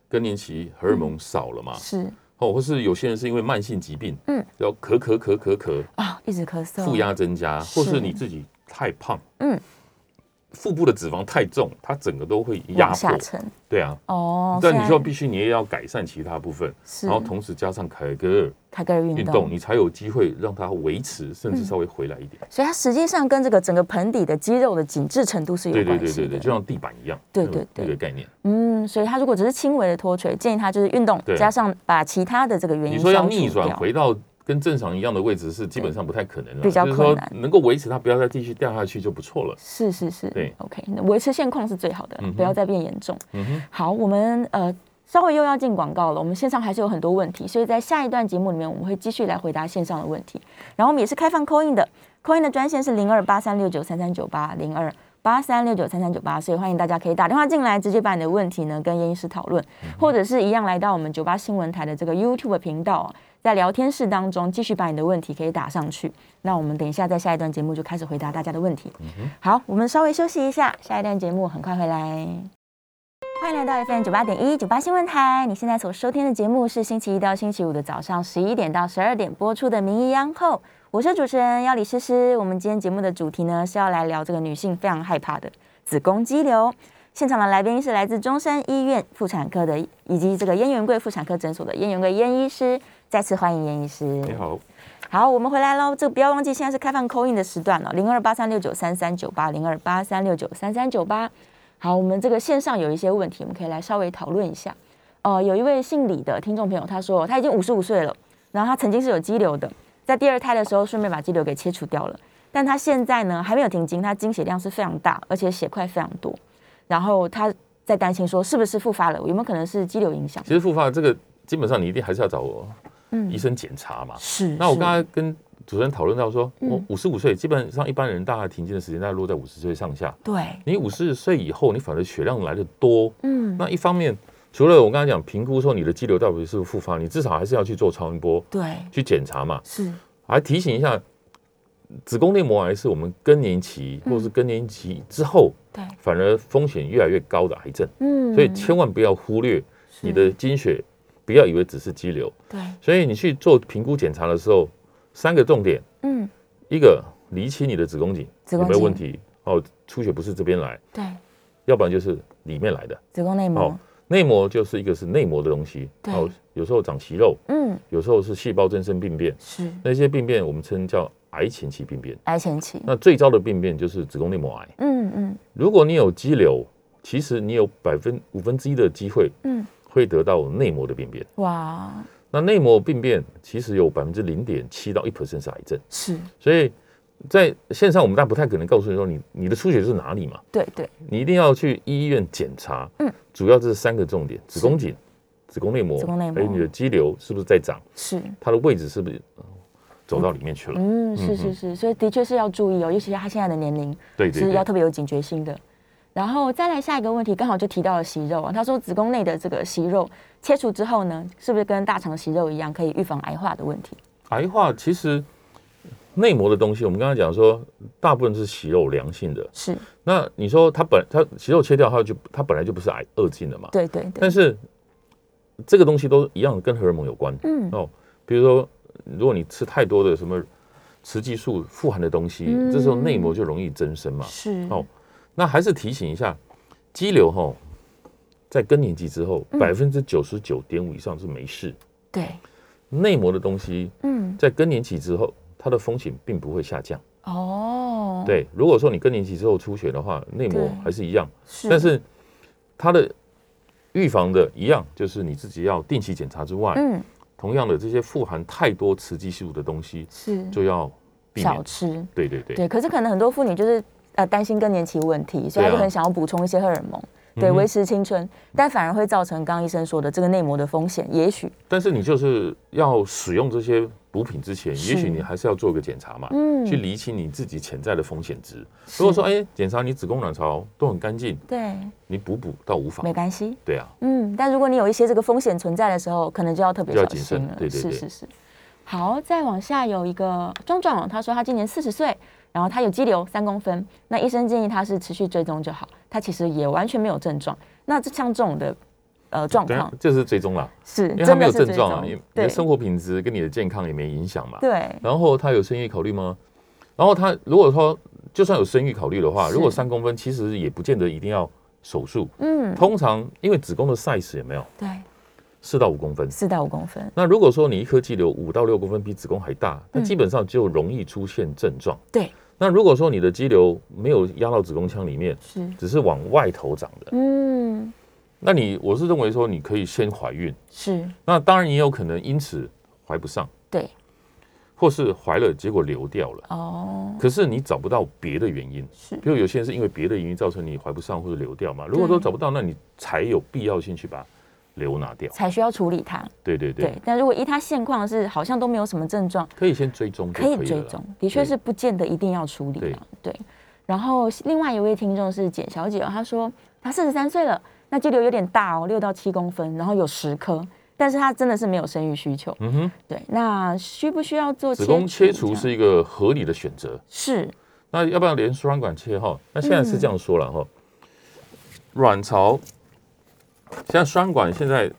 Speaker 3: 更年期荷尔蒙少了嘛，
Speaker 2: 是
Speaker 3: 哦，或是有些人是因为慢性疾病，
Speaker 2: 嗯，
Speaker 3: 要咳咳咳咳咳，
Speaker 2: 啊，一直咳嗽，
Speaker 3: 负压增加，或
Speaker 2: 是
Speaker 3: 是你自己太胖，
Speaker 2: 嗯，
Speaker 3: 腹部的脂肪太重，它整个都会压
Speaker 2: 往
Speaker 3: 迫
Speaker 2: 下，沉，
Speaker 3: 对啊。
Speaker 2: 哦，
Speaker 3: 但
Speaker 2: 现
Speaker 3: 你
Speaker 2: 在
Speaker 3: 说必须你也要改善其他部分，
Speaker 2: 是
Speaker 3: 然后同时加上凯格尔
Speaker 2: 凯格尔运嗯
Speaker 3: 运动，，你才有机会让它维持，甚至稍微回来一点。
Speaker 2: 所以它实际上跟这个整个盆底的肌肉的紧致程度是有
Speaker 3: 对对
Speaker 2: 关
Speaker 3: 对
Speaker 2: 系
Speaker 3: 对
Speaker 2: 的，
Speaker 3: 对，就像地板一样，
Speaker 2: 对
Speaker 3: 那个
Speaker 2: 对对
Speaker 3: 那个概念。
Speaker 2: 嗯，所以它如果只是轻微的脱垂，建议她就是运动
Speaker 3: 对
Speaker 2: 加上把其他的这个原因
Speaker 3: 你说要
Speaker 2: 消除
Speaker 3: 逆转
Speaker 2: 掉
Speaker 3: 回到跟正常一样的位置是基本上不太可能了，
Speaker 2: 比较
Speaker 3: 就是
Speaker 2: 困
Speaker 3: 说
Speaker 2: 难
Speaker 3: 能够维持它不要再继续掉下去就不错了。
Speaker 2: 是是是，
Speaker 3: 对
Speaker 2: ，OK，那维持现况是最好的，
Speaker 3: 嗯哼
Speaker 2: 不要再变严重。
Speaker 3: 嗯哼，
Speaker 2: 好，我们呃稍微又要进广告了，我们线上还是有很多问题，所以在下一段节目里面我们会继续来回答线上的问题。然后我们也是开放 c a in 的 c a in 的专线是零二八三六九三三九八零二。八三六九三三九八，所以欢迎大家可以打电话进来，直接把你的问题呢跟叶医师讨论，
Speaker 3: 嗯
Speaker 2: 或者是一样来到我们九八新闻台的这个 YouTube 频道啊，在聊天室当中继续把你的问题可以打上去。那我们等一下在下一段节目就开始回答大家的问题。
Speaker 3: 嗯
Speaker 2: 好，我们稍微休息一下，下一段节目很快回来。欢迎来到 FM 九八点一九八新闻台。你现在所收听的节目是星期一到星期五的早上十一点到十二点播出的《名医央后》，我是主持人要李诗诗。我们今天节目的主题呢是要来聊这个女性非常害怕的子宫肌瘤。现场的来宾是来自中山医院妇产科的，以及这个燕元贵妇产科诊所的燕元贵燕医师。再次欢迎燕医师。
Speaker 3: 你好，
Speaker 2: 好，我们回来喽。这个不要忘记，现在是开放 call in 的时段了，零二八三六九三三九八，零二八三六九三三九八。好，我们这个线上有一些问题，我们可以来稍微讨论一下。呃，有一位姓李的听众朋友，他说他已经五十五岁了，然后他曾经是有肌瘤的，在第二胎的时候顺便把肌瘤给切除掉了，但他现在呢还没有停经，他经血量是非常大，而且血块非常多，然后他在担心说是不是复发了，有没有可能是肌瘤影响？
Speaker 3: 其实复发这个基本上你一定还是要找我
Speaker 2: 嗯
Speaker 3: 医生检查嘛。
Speaker 2: 是。
Speaker 3: 那我
Speaker 2: 是
Speaker 3: 刚才跟主持人讨论到说，我
Speaker 2: 嗯
Speaker 3: 五十五岁，基本上一般人大概停经的时间大概落在五十岁上下。
Speaker 2: 对，
Speaker 3: 你五十岁以后，你反而血量来的多，
Speaker 2: 嗯，
Speaker 3: 那一方面，除了我刚才讲评估说你的肌瘤到底是不是复发，你至少还是要去做超音波
Speaker 2: 对，
Speaker 3: 去检查嘛。
Speaker 2: 是，
Speaker 3: 还提醒一下，子宫内膜癌是我们更年期
Speaker 2: 嗯
Speaker 3: 或是更年期之后
Speaker 2: 对，
Speaker 3: 反而风险越来越高的癌症，
Speaker 2: 嗯，
Speaker 3: 所以千万不要忽略你的经血，不要以为只是肌瘤。
Speaker 2: 对，
Speaker 3: 所以你去做评估检查的时候，三个重点，
Speaker 2: 嗯，
Speaker 3: 一个厘清你的子宫颈
Speaker 2: 子
Speaker 3: 有
Speaker 2: 宫
Speaker 3: 没有
Speaker 2: 颈
Speaker 3: 问题，哦，出血不是这边来，
Speaker 2: 对，
Speaker 3: 要不然就是里面来的。
Speaker 2: 子宫内膜
Speaker 3: 哦，内膜就是一个是内膜的东西，
Speaker 2: 嗯
Speaker 3: 哦
Speaker 2: 对，
Speaker 3: 有时候长息肉，
Speaker 2: 嗯，
Speaker 3: 有时候是细胞增生病变，
Speaker 2: 是
Speaker 3: 那些病变我们称叫癌前期病变。
Speaker 2: 癌前期，
Speaker 3: 那最糟的病变就是子宫内膜癌。
Speaker 2: 嗯嗯
Speaker 3: 如果你有肌瘤，其实你有百分五分之一的机会
Speaker 2: 嗯，
Speaker 3: 会得到内膜的病变。
Speaker 2: 哇，
Speaker 3: 那内膜病变其实有百分之零点七到一 percent 是癌症，
Speaker 2: 是，
Speaker 3: 所以在线上我们大家不太可能告诉你说你你的出血是哪里嘛，
Speaker 2: 对对，
Speaker 3: 你一定要去医院检查。
Speaker 2: 嗯，
Speaker 3: 主要这三个重点：子宫颈、子宫内膜，
Speaker 2: 子宫内膜
Speaker 3: 还有你的肌瘤是不是在长，
Speaker 2: 是，
Speaker 3: 它的位置是不是呃走到里面去了？
Speaker 2: 嗯，是
Speaker 3: 嗯
Speaker 2: 是
Speaker 3: 嗯
Speaker 2: 是，所以的确是要注意哦，尤其是他现在的年龄，
Speaker 3: 对对
Speaker 2: 是要
Speaker 3: 对，
Speaker 2: 特别有警觉性的。然后再来下一个问题，刚好就提到了息肉啊。他说子宫内的这个息肉切除之后呢，是不是跟大肠息肉一样，可以预防癌化的问题？
Speaker 3: 癌化其实内膜的东西，我们刚才讲说，大部分是息肉良性的。
Speaker 2: 是，
Speaker 3: 那你说它本它息肉切掉，它就它本来就不是癌恶性的嘛？
Speaker 2: 对对对，
Speaker 3: 但是这个东西都一样，跟荷尔蒙有关。
Speaker 2: 嗯，
Speaker 3: 哦，比如说，如果你吃太多的什么雌激素富含的东西，
Speaker 2: 嗯
Speaker 3: 这时候内膜就容易增生嘛。
Speaker 2: 是，
Speaker 3: 哦那还是提醒一下，肌瘤哈，在更年期之后，
Speaker 2: 嗯
Speaker 3: 百分之九十九点五以上是没事。
Speaker 2: 对，
Speaker 3: 内膜的东西
Speaker 2: 嗯，
Speaker 3: 在更年期之后，它的风险并不会下降。
Speaker 2: 哦，，
Speaker 3: 对，如果说你更年期之后出血的话，内膜
Speaker 2: 对
Speaker 3: 还是一样，
Speaker 2: 是，
Speaker 3: 但是它的预防的一样，就是你自己要定期检查之外，
Speaker 2: 嗯，
Speaker 3: 同样的这些富含太多雌激素的东西
Speaker 2: 是
Speaker 3: 就要避
Speaker 2: 少
Speaker 3: 免。
Speaker 2: 吃，
Speaker 3: 对对对，
Speaker 2: 对，可是可能很多妇女就是呃担心更年期问题，所以
Speaker 3: 对啊
Speaker 2: 她就很想要补充一些荷尔蒙，对，
Speaker 3: 嗯哼
Speaker 2: 维持青春，但反而会造成刚刚医生说的这个内膜的风险，也许，
Speaker 3: 但是你就是要使用这些补品之前，
Speaker 2: 是
Speaker 3: 也许你还是要做个检查嘛，
Speaker 2: 嗯
Speaker 3: 去厘清你自己潜在的风险值。如果说哎，检查你子宫、卵巢都很干净，
Speaker 2: 对，
Speaker 3: 你补补倒无妨
Speaker 2: 没。关系，
Speaker 3: 对啊，
Speaker 2: 嗯，但如果你有一些这个风险存在的时候，可能就要特别
Speaker 3: 就要
Speaker 2: 小
Speaker 3: 谨
Speaker 2: 心
Speaker 3: 慎
Speaker 2: 了，
Speaker 3: 对对
Speaker 2: 是
Speaker 3: 对
Speaker 2: 是是。好，再往下有一个壮壮，他说他今年四十岁，然后他有肌瘤三公分，那医生建议他是持续追踪就好，他其实也完全没有症状。那这像这种的呃状
Speaker 3: 对啊
Speaker 2: 况，
Speaker 3: 这是追踪啦，
Speaker 2: 是
Speaker 3: 因为它
Speaker 2: 真
Speaker 3: 没
Speaker 2: 的
Speaker 3: 有
Speaker 2: 是
Speaker 3: 症
Speaker 2: 追
Speaker 3: 状啊，
Speaker 2: 踪
Speaker 3: 你你
Speaker 2: 对
Speaker 3: 的生活品质跟你的健康也没影响嘛。
Speaker 2: 对
Speaker 3: 然后他有生育考虑吗？然后他如果说就算有生育考虑的话，
Speaker 2: 是
Speaker 3: 如果三公分，其实也不见得一定要手术。
Speaker 2: 嗯，
Speaker 3: 通常因为子宫的 size 也没有
Speaker 2: 对，
Speaker 3: 四到五公分，
Speaker 2: 四到五公分，
Speaker 3: 那如果说你一颗肌瘤五到六公分比子宫还大，那
Speaker 2: 嗯
Speaker 3: 基本上就容易出现症状。
Speaker 2: 对，
Speaker 3: 那如果说你的肌瘤没有压到子宫腔里面，
Speaker 2: 是，
Speaker 3: 只是往外头长的，
Speaker 2: 嗯，
Speaker 3: 那你我是认为说你可以先怀孕。
Speaker 2: 是，
Speaker 3: 那当然也有可能因此怀不上，
Speaker 2: 对，
Speaker 3: 或是怀了结果流掉了，
Speaker 2: 哦，
Speaker 3: 可是你找不到别的原因，
Speaker 2: 是
Speaker 3: 比如有些人是因为别的原因造成你怀不上或者流掉嘛，如果说找不到，那你才有必要先去把瘤拿掉。
Speaker 2: 才需要处理它。
Speaker 3: 对对对，
Speaker 2: 对，但如果依他现况是好像都没有什么症状，
Speaker 3: 可以先追踪就
Speaker 2: 可
Speaker 3: 可以
Speaker 2: 以
Speaker 3: 了啦。
Speaker 2: 追踪，的确
Speaker 3: 对
Speaker 2: 是不见得一定要处理啊。对，然后另外一位听众是简小姐哦，她说她四十三岁了，那肌瘤有点大哦，六到七公分，然后有十颗，但是她真的是没有生育需求。
Speaker 3: 嗯哼，
Speaker 2: 对，那需不需要做
Speaker 3: 子宫切
Speaker 2: 这
Speaker 3: 除
Speaker 2: 样
Speaker 3: 是一个合理的选择。
Speaker 2: 是
Speaker 3: 那要不要连输卵管切哈？那现在是这样说
Speaker 2: 嗯
Speaker 3: 了哈，卵巢现在输卵管现在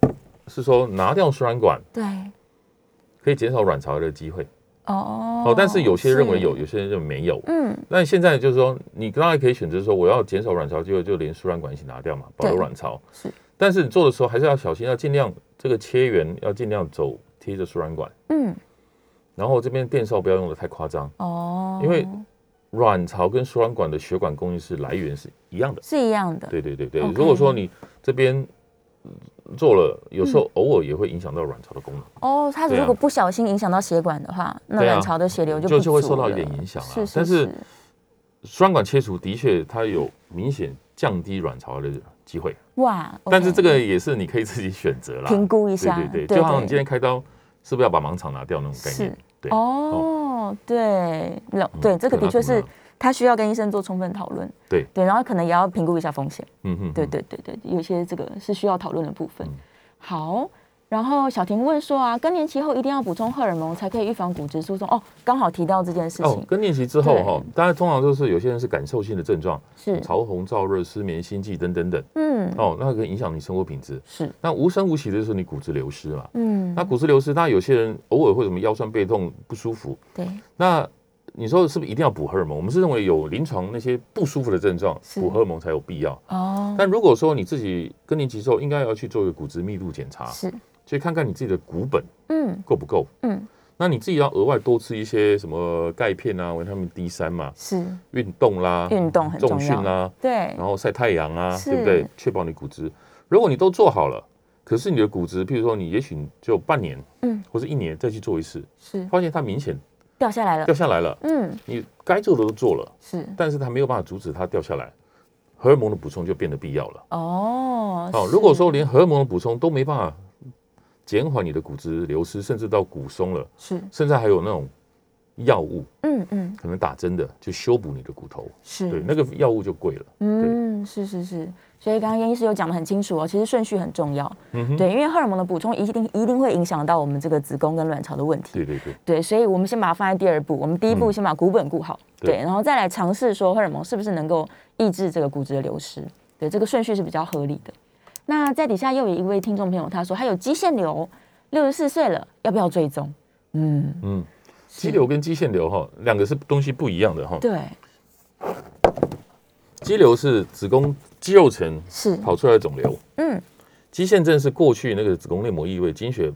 Speaker 3: 是说拿掉输卵管
Speaker 2: 对
Speaker 3: 可以减少卵巢癌的机会
Speaker 2: 哦
Speaker 3: 哦，但是有些认为
Speaker 2: 是
Speaker 3: 有，有些人认为没有。
Speaker 2: 嗯
Speaker 3: 那现在就是说，你当然可以选择说，我要减少卵巢机会，就连输卵管一起拿掉嘛，保留
Speaker 2: 对
Speaker 3: 卵巢。
Speaker 2: 是，
Speaker 3: 但是你做的时候还是要小心，要尽量这个切缘要尽量走贴着输卵管，
Speaker 2: 嗯
Speaker 3: 然后这边电烧不要用的太夸张。
Speaker 2: 哦，
Speaker 3: 因为卵巢跟输卵管的血管供应是来源是一样的。
Speaker 2: 是一样的，
Speaker 3: 对对对对，
Speaker 2: OK
Speaker 3: 如果说你这边嗯做了，有时候偶尔也会影响到卵巢的功能。
Speaker 2: 哦，它
Speaker 3: 对啊
Speaker 2: 如果不小心影响到血管的话，那
Speaker 3: 对啊
Speaker 2: 卵巢的血流就
Speaker 3: 就
Speaker 2: 不
Speaker 3: 就会
Speaker 2: 足
Speaker 3: 受到一
Speaker 2: 了
Speaker 3: 点影响啊
Speaker 2: 是是
Speaker 3: 但是
Speaker 2: 是
Speaker 3: 输卵管切除的确它有明显降低卵巢的机会，
Speaker 2: 哇，
Speaker 3: 但是
Speaker 2: OK
Speaker 3: 这个也是你可以自己选择啦。
Speaker 2: 评估一下，
Speaker 3: 对对对，就好像你今天开刀是不是要把盲肠拿掉那种概
Speaker 2: 是
Speaker 3: 念？对，
Speaker 2: 哦，对，那对，这个
Speaker 3: 对
Speaker 2: 的
Speaker 3: 啊
Speaker 2: 确
Speaker 3: 同
Speaker 2: 是
Speaker 3: 样
Speaker 2: 他需要跟医生做充分讨论，
Speaker 3: 对
Speaker 2: 对，然后可能也要评估一下风险，
Speaker 3: 嗯哼，
Speaker 2: 对
Speaker 3: 嗯，
Speaker 2: 对对对，有些这个是需要讨论的部分
Speaker 3: 嗯。
Speaker 2: 好，然后小婷问说啊，更年期后一定要补充荷尔蒙才可以预防骨质疏松哦，刚好提到这件事
Speaker 3: 哦
Speaker 2: 情，，
Speaker 3: 更年期之后
Speaker 2: 对
Speaker 3: 哈，大家通常都是有些人是感受性的症状，
Speaker 2: 是，
Speaker 3: 潮红、燥热、失眠、心悸等等等，
Speaker 2: 嗯，
Speaker 3: 哦，那可以影响你生活品质。
Speaker 2: 是，
Speaker 3: 那无声无息的就是你骨质流失嘛。
Speaker 2: 嗯
Speaker 3: 那，骨质流失，那有些人偶尔会什么腰酸背痛不舒服，
Speaker 2: 对，
Speaker 3: 那你说是不是一定要补荷尔蒙？我们是认为有临床那些不舒服的症状，
Speaker 2: 是
Speaker 3: 补荷尔蒙才有必要。
Speaker 2: 哦，
Speaker 3: 但如果说你自己更年期之后，应该要去做一个骨质密度检查，
Speaker 2: 是，
Speaker 3: 去看看你自己的骨本
Speaker 2: 嗯
Speaker 3: 够不够。
Speaker 2: 嗯，
Speaker 3: 那你自己要额外多吃一些什么钙片啊、维他命 D 三嘛，
Speaker 2: 是，哦
Speaker 3: 运动啦、
Speaker 2: 运动很
Speaker 3: 重
Speaker 2: 重
Speaker 3: 训
Speaker 2: 要，
Speaker 3: 啦，
Speaker 2: 对
Speaker 3: 然，后晒太阳啊，
Speaker 2: 是
Speaker 3: 对不对？确保你骨质。如果你都做好了，可是你的骨质，譬如说你也许你只有半年，
Speaker 2: 嗯，
Speaker 3: 或是一年再去做一次，
Speaker 2: 是
Speaker 3: 发现它明显
Speaker 2: 掉下来了
Speaker 3: 掉，下来了，
Speaker 2: 嗯，
Speaker 3: 你该做的都做了，
Speaker 2: 是，
Speaker 3: 但是它没有办法阻止它掉下来，荷尔蒙的补充就变得必要了。
Speaker 2: 哦，
Speaker 3: 哦，如果
Speaker 2: 是
Speaker 3: 说连荷尔蒙的补充都没办法减缓你的骨质流失，甚至到骨松了，
Speaker 2: 是，
Speaker 3: 甚至还有那种药物，
Speaker 2: 嗯嗯，
Speaker 3: 可能打针的就修补你的骨头，
Speaker 2: 是，
Speaker 3: 对，那个药物就贵了。
Speaker 2: 嗯，是是是，所以刚刚燕医师有讲的很清楚哦，其实顺序很重要，
Speaker 3: 嗯哼，
Speaker 2: 对，因为荷尔蒙的补充一定一定会影响到我们这个子宫跟卵巢的问题，
Speaker 3: 对对对，
Speaker 2: 对，所以我们先把它放在第二步，我们第一步
Speaker 3: 嗯
Speaker 2: 先把骨本顾好，
Speaker 3: 对
Speaker 2: 对，然后再来尝试说荷尔蒙是不是能够抑制这个骨质的流失，对，这个顺序是比较合理的。那在底下又有一位听众朋友他说，他有肌腺瘤，六十四岁了，要不要追踪？嗯，
Speaker 3: 嗯，
Speaker 2: 是
Speaker 3: 肌瘤跟肌腺瘤哈，两个是东西不一样的哈。
Speaker 2: 对，
Speaker 3: 肌瘤是子宫肌肉层
Speaker 2: 是，
Speaker 3: 跑出来的肿瘤，
Speaker 2: 嗯，
Speaker 3: 肌腺症是过去那个子宫内膜异位经血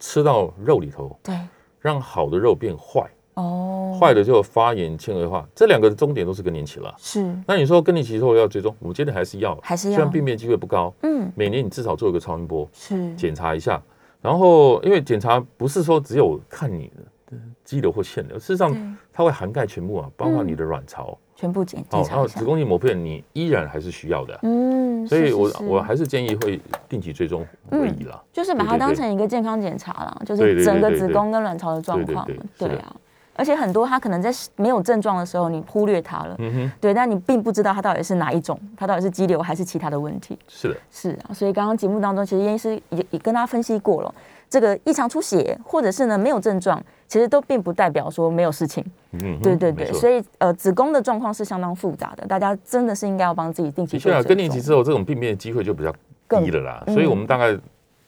Speaker 3: 吃到肉里头，
Speaker 2: 对，
Speaker 3: 让好的肉变坏，
Speaker 2: 哦，
Speaker 3: 坏的就发炎纤维化，这两个的终点都是更年期了。
Speaker 2: 是，
Speaker 3: 那你说更年期之后要追踪，我觉得还是要，
Speaker 2: 还是要
Speaker 3: 虽然病变机会不高，
Speaker 2: 嗯，
Speaker 3: 每年你至少做一个超音波
Speaker 2: 是，
Speaker 3: 检查一下。然后，因为检查不是说只有看你的肌瘤或腺瘤，事实上
Speaker 2: 对
Speaker 3: 它会涵盖全部啊，包括
Speaker 2: 嗯
Speaker 3: 你的卵巢，
Speaker 2: 全部检
Speaker 3: 哦
Speaker 2: 检，
Speaker 3: 然
Speaker 2: 查
Speaker 3: 后
Speaker 2: 一下
Speaker 3: 子。宫颈膜片你依然还是需要的。
Speaker 2: 嗯，
Speaker 3: 所
Speaker 2: 是
Speaker 3: 以
Speaker 2: 是
Speaker 3: 我
Speaker 2: 是
Speaker 3: 我还是建议会定期追踪为宜啦。
Speaker 2: 就是把
Speaker 3: 对
Speaker 2: 它
Speaker 3: 对
Speaker 2: 当
Speaker 3: 对
Speaker 2: 成一个健康检查啦，就
Speaker 3: 对
Speaker 2: 是
Speaker 3: 对
Speaker 2: 整个
Speaker 3: 对
Speaker 2: 子
Speaker 3: 对
Speaker 2: 宫跟卵巢的状
Speaker 3: 对对
Speaker 2: 况
Speaker 3: 对，
Speaker 2: 对
Speaker 3: 是的
Speaker 2: 啊。而且很多它可能在没有症状的时候，你忽略它了，
Speaker 3: 嗯哼，
Speaker 2: 对，但你并不知道它到底是哪一种，它到底是肌瘤还是其他的问题。
Speaker 3: 是的，
Speaker 2: 是啊，所以刚刚节目当中，其实燕医师也也跟大家分析过了，这个异常出血或者是呢没有症状，其实都并不代表说没有事情。
Speaker 3: 嗯哼，
Speaker 2: 对对对，所
Speaker 3: 以
Speaker 2: 以呃子宫的状况是相当复杂的，大家真的是应该要帮自己定期
Speaker 3: 的
Speaker 2: 做
Speaker 3: 确啊，
Speaker 2: 追
Speaker 3: 更年
Speaker 2: 踪
Speaker 3: 期之后这种病变的机会就比较低了啦，
Speaker 2: 更嗯
Speaker 3: 所以我们大概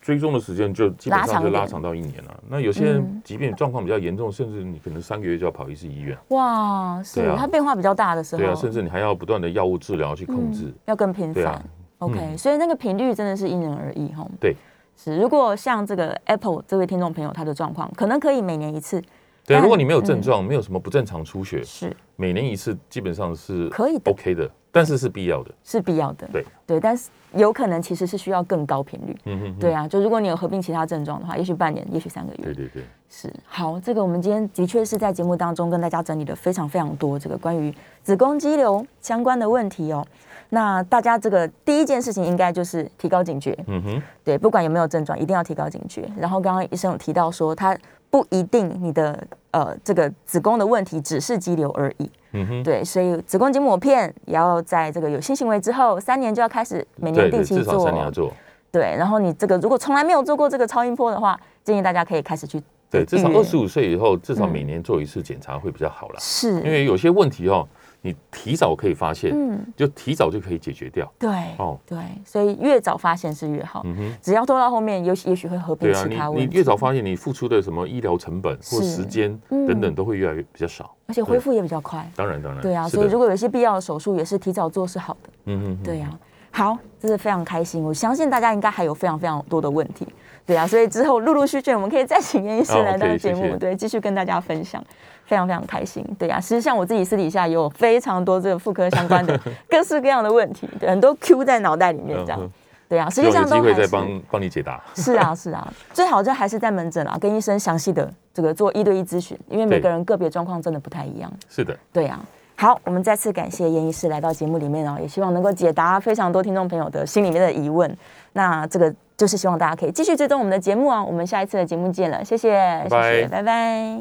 Speaker 3: 追踪的时间就基本
Speaker 2: 拉长
Speaker 3: 上就
Speaker 2: 一点
Speaker 3: 拉长到一年了。那有些人
Speaker 2: 嗯
Speaker 3: 疾病状况比较严重，甚至你可能三个月就要跑一次医院，
Speaker 2: 哇，是、
Speaker 3: 对啊
Speaker 2: 它变化比较大的时候，
Speaker 3: 对啊，甚至你还要不断的药物治疗去控制
Speaker 2: 嗯。要更频
Speaker 3: 对
Speaker 2: 繁。
Speaker 3: 啊
Speaker 2: OK，、所以那个频率真的是因人而异哈。
Speaker 3: 对，
Speaker 2: 是。如果像这个 Apple 这位听众朋友他的状况，可能可以每年一次，
Speaker 3: 对啊，
Speaker 2: 但嗯
Speaker 3: 如果你没有症状，没有什么不正常出血，
Speaker 2: 是
Speaker 3: 每年一次基本上是
Speaker 2: 可以的
Speaker 3: OK 的。但是是必要的。
Speaker 2: 是必要的。
Speaker 3: 对
Speaker 2: 对，但是有可能其实是需要更高频率。
Speaker 3: 嗯哼，
Speaker 2: 对啊，就如果你有合并其他症状的话，也许半年，也许三个月。
Speaker 3: 对对对，
Speaker 2: 是好，这个我们今天的确是在节目当中跟大家整理了非常非常多这个关于子宫肌瘤相关的问题哦。那大家这个第一件事情应该就是提高警觉，
Speaker 3: 嗯哼，
Speaker 2: 对，不管有没有症状，一定要提高警觉。然后刚刚医生有提到说，它不一定你的呃这个子宫的问题只是肌瘤而已，
Speaker 3: 嗯哼，
Speaker 2: 对，所以子宫颈抹片也要在这个有性行为之后三年就要开始每年
Speaker 3: 对
Speaker 2: 定
Speaker 3: 对，
Speaker 2: 期
Speaker 3: 至少
Speaker 2: 做
Speaker 3: 三，年要做，
Speaker 2: 对。然后你这个如果从来没有做过这个超音波的话，建议大家可以开始去
Speaker 3: 对，至少
Speaker 2: 预约
Speaker 3: 二十五岁以后，至少
Speaker 2: 嗯
Speaker 3: 每年做一次检查会比较好啦。
Speaker 2: 是，
Speaker 3: 因为有些问题哦，你提早可以发现，
Speaker 2: 嗯，
Speaker 3: 就提早就可以解决掉。
Speaker 2: 对，
Speaker 3: 哦，
Speaker 2: 对，所以越早发现是越好。
Speaker 3: 嗯哼，
Speaker 2: 只要拖到后面，有也许会合并
Speaker 3: 对啊，
Speaker 2: 其他
Speaker 3: 你
Speaker 2: 问
Speaker 3: 你
Speaker 2: 题，
Speaker 3: 越早发现，你付出的什么医疗成本或
Speaker 2: 是
Speaker 3: 时间
Speaker 2: 嗯
Speaker 3: 等等都会越来越比较少。
Speaker 2: 而且恢复也比较快。
Speaker 3: 当然，当然，
Speaker 2: 对啊，
Speaker 3: 嗯是
Speaker 2: 所以
Speaker 3: 的
Speaker 2: 如果有一些必要的手术，也是提早做是好的。
Speaker 3: 嗯哼哼，
Speaker 2: 对啊，好，这是非常开心。我相信大家应该还有非常非常多的问题。对啊，所以之后陆陆续续我们可以再请严医师
Speaker 3: 哦
Speaker 2: 来到
Speaker 3: OK，
Speaker 2: 节目，
Speaker 3: 谢谢
Speaker 2: 对，继续跟大家分享，非常非常开心。对啊，其实像我自己私底下也有非常多这个妇科相关的各式各样的问题，对，很多 Q 在脑袋里面这
Speaker 3: 嗯
Speaker 2: 样
Speaker 3: 哼。
Speaker 2: 对啊，实
Speaker 3: 希
Speaker 2: 际
Speaker 3: 望
Speaker 2: 上
Speaker 3: 有机
Speaker 2: 都
Speaker 3: 会
Speaker 2: 还
Speaker 3: 再
Speaker 2: 是。
Speaker 3: 帮帮你解答。
Speaker 2: 是啊，是啊，最好就还是在门诊啊，跟医生详细的这个做一对一咨询，因为每
Speaker 3: 对
Speaker 2: 个人个别状况真的不太一样。
Speaker 3: 是的，
Speaker 2: 对啊，好，我们再次感谢严医师来到节目里面哦，也希望能够解答非常多听众朋友的心里面的疑问。那这个哦就是希望大家可以继续追踪我们的节目啊，我们下一次的节目见了，谢谢，
Speaker 3: 拜
Speaker 2: 谢谢，拜拜。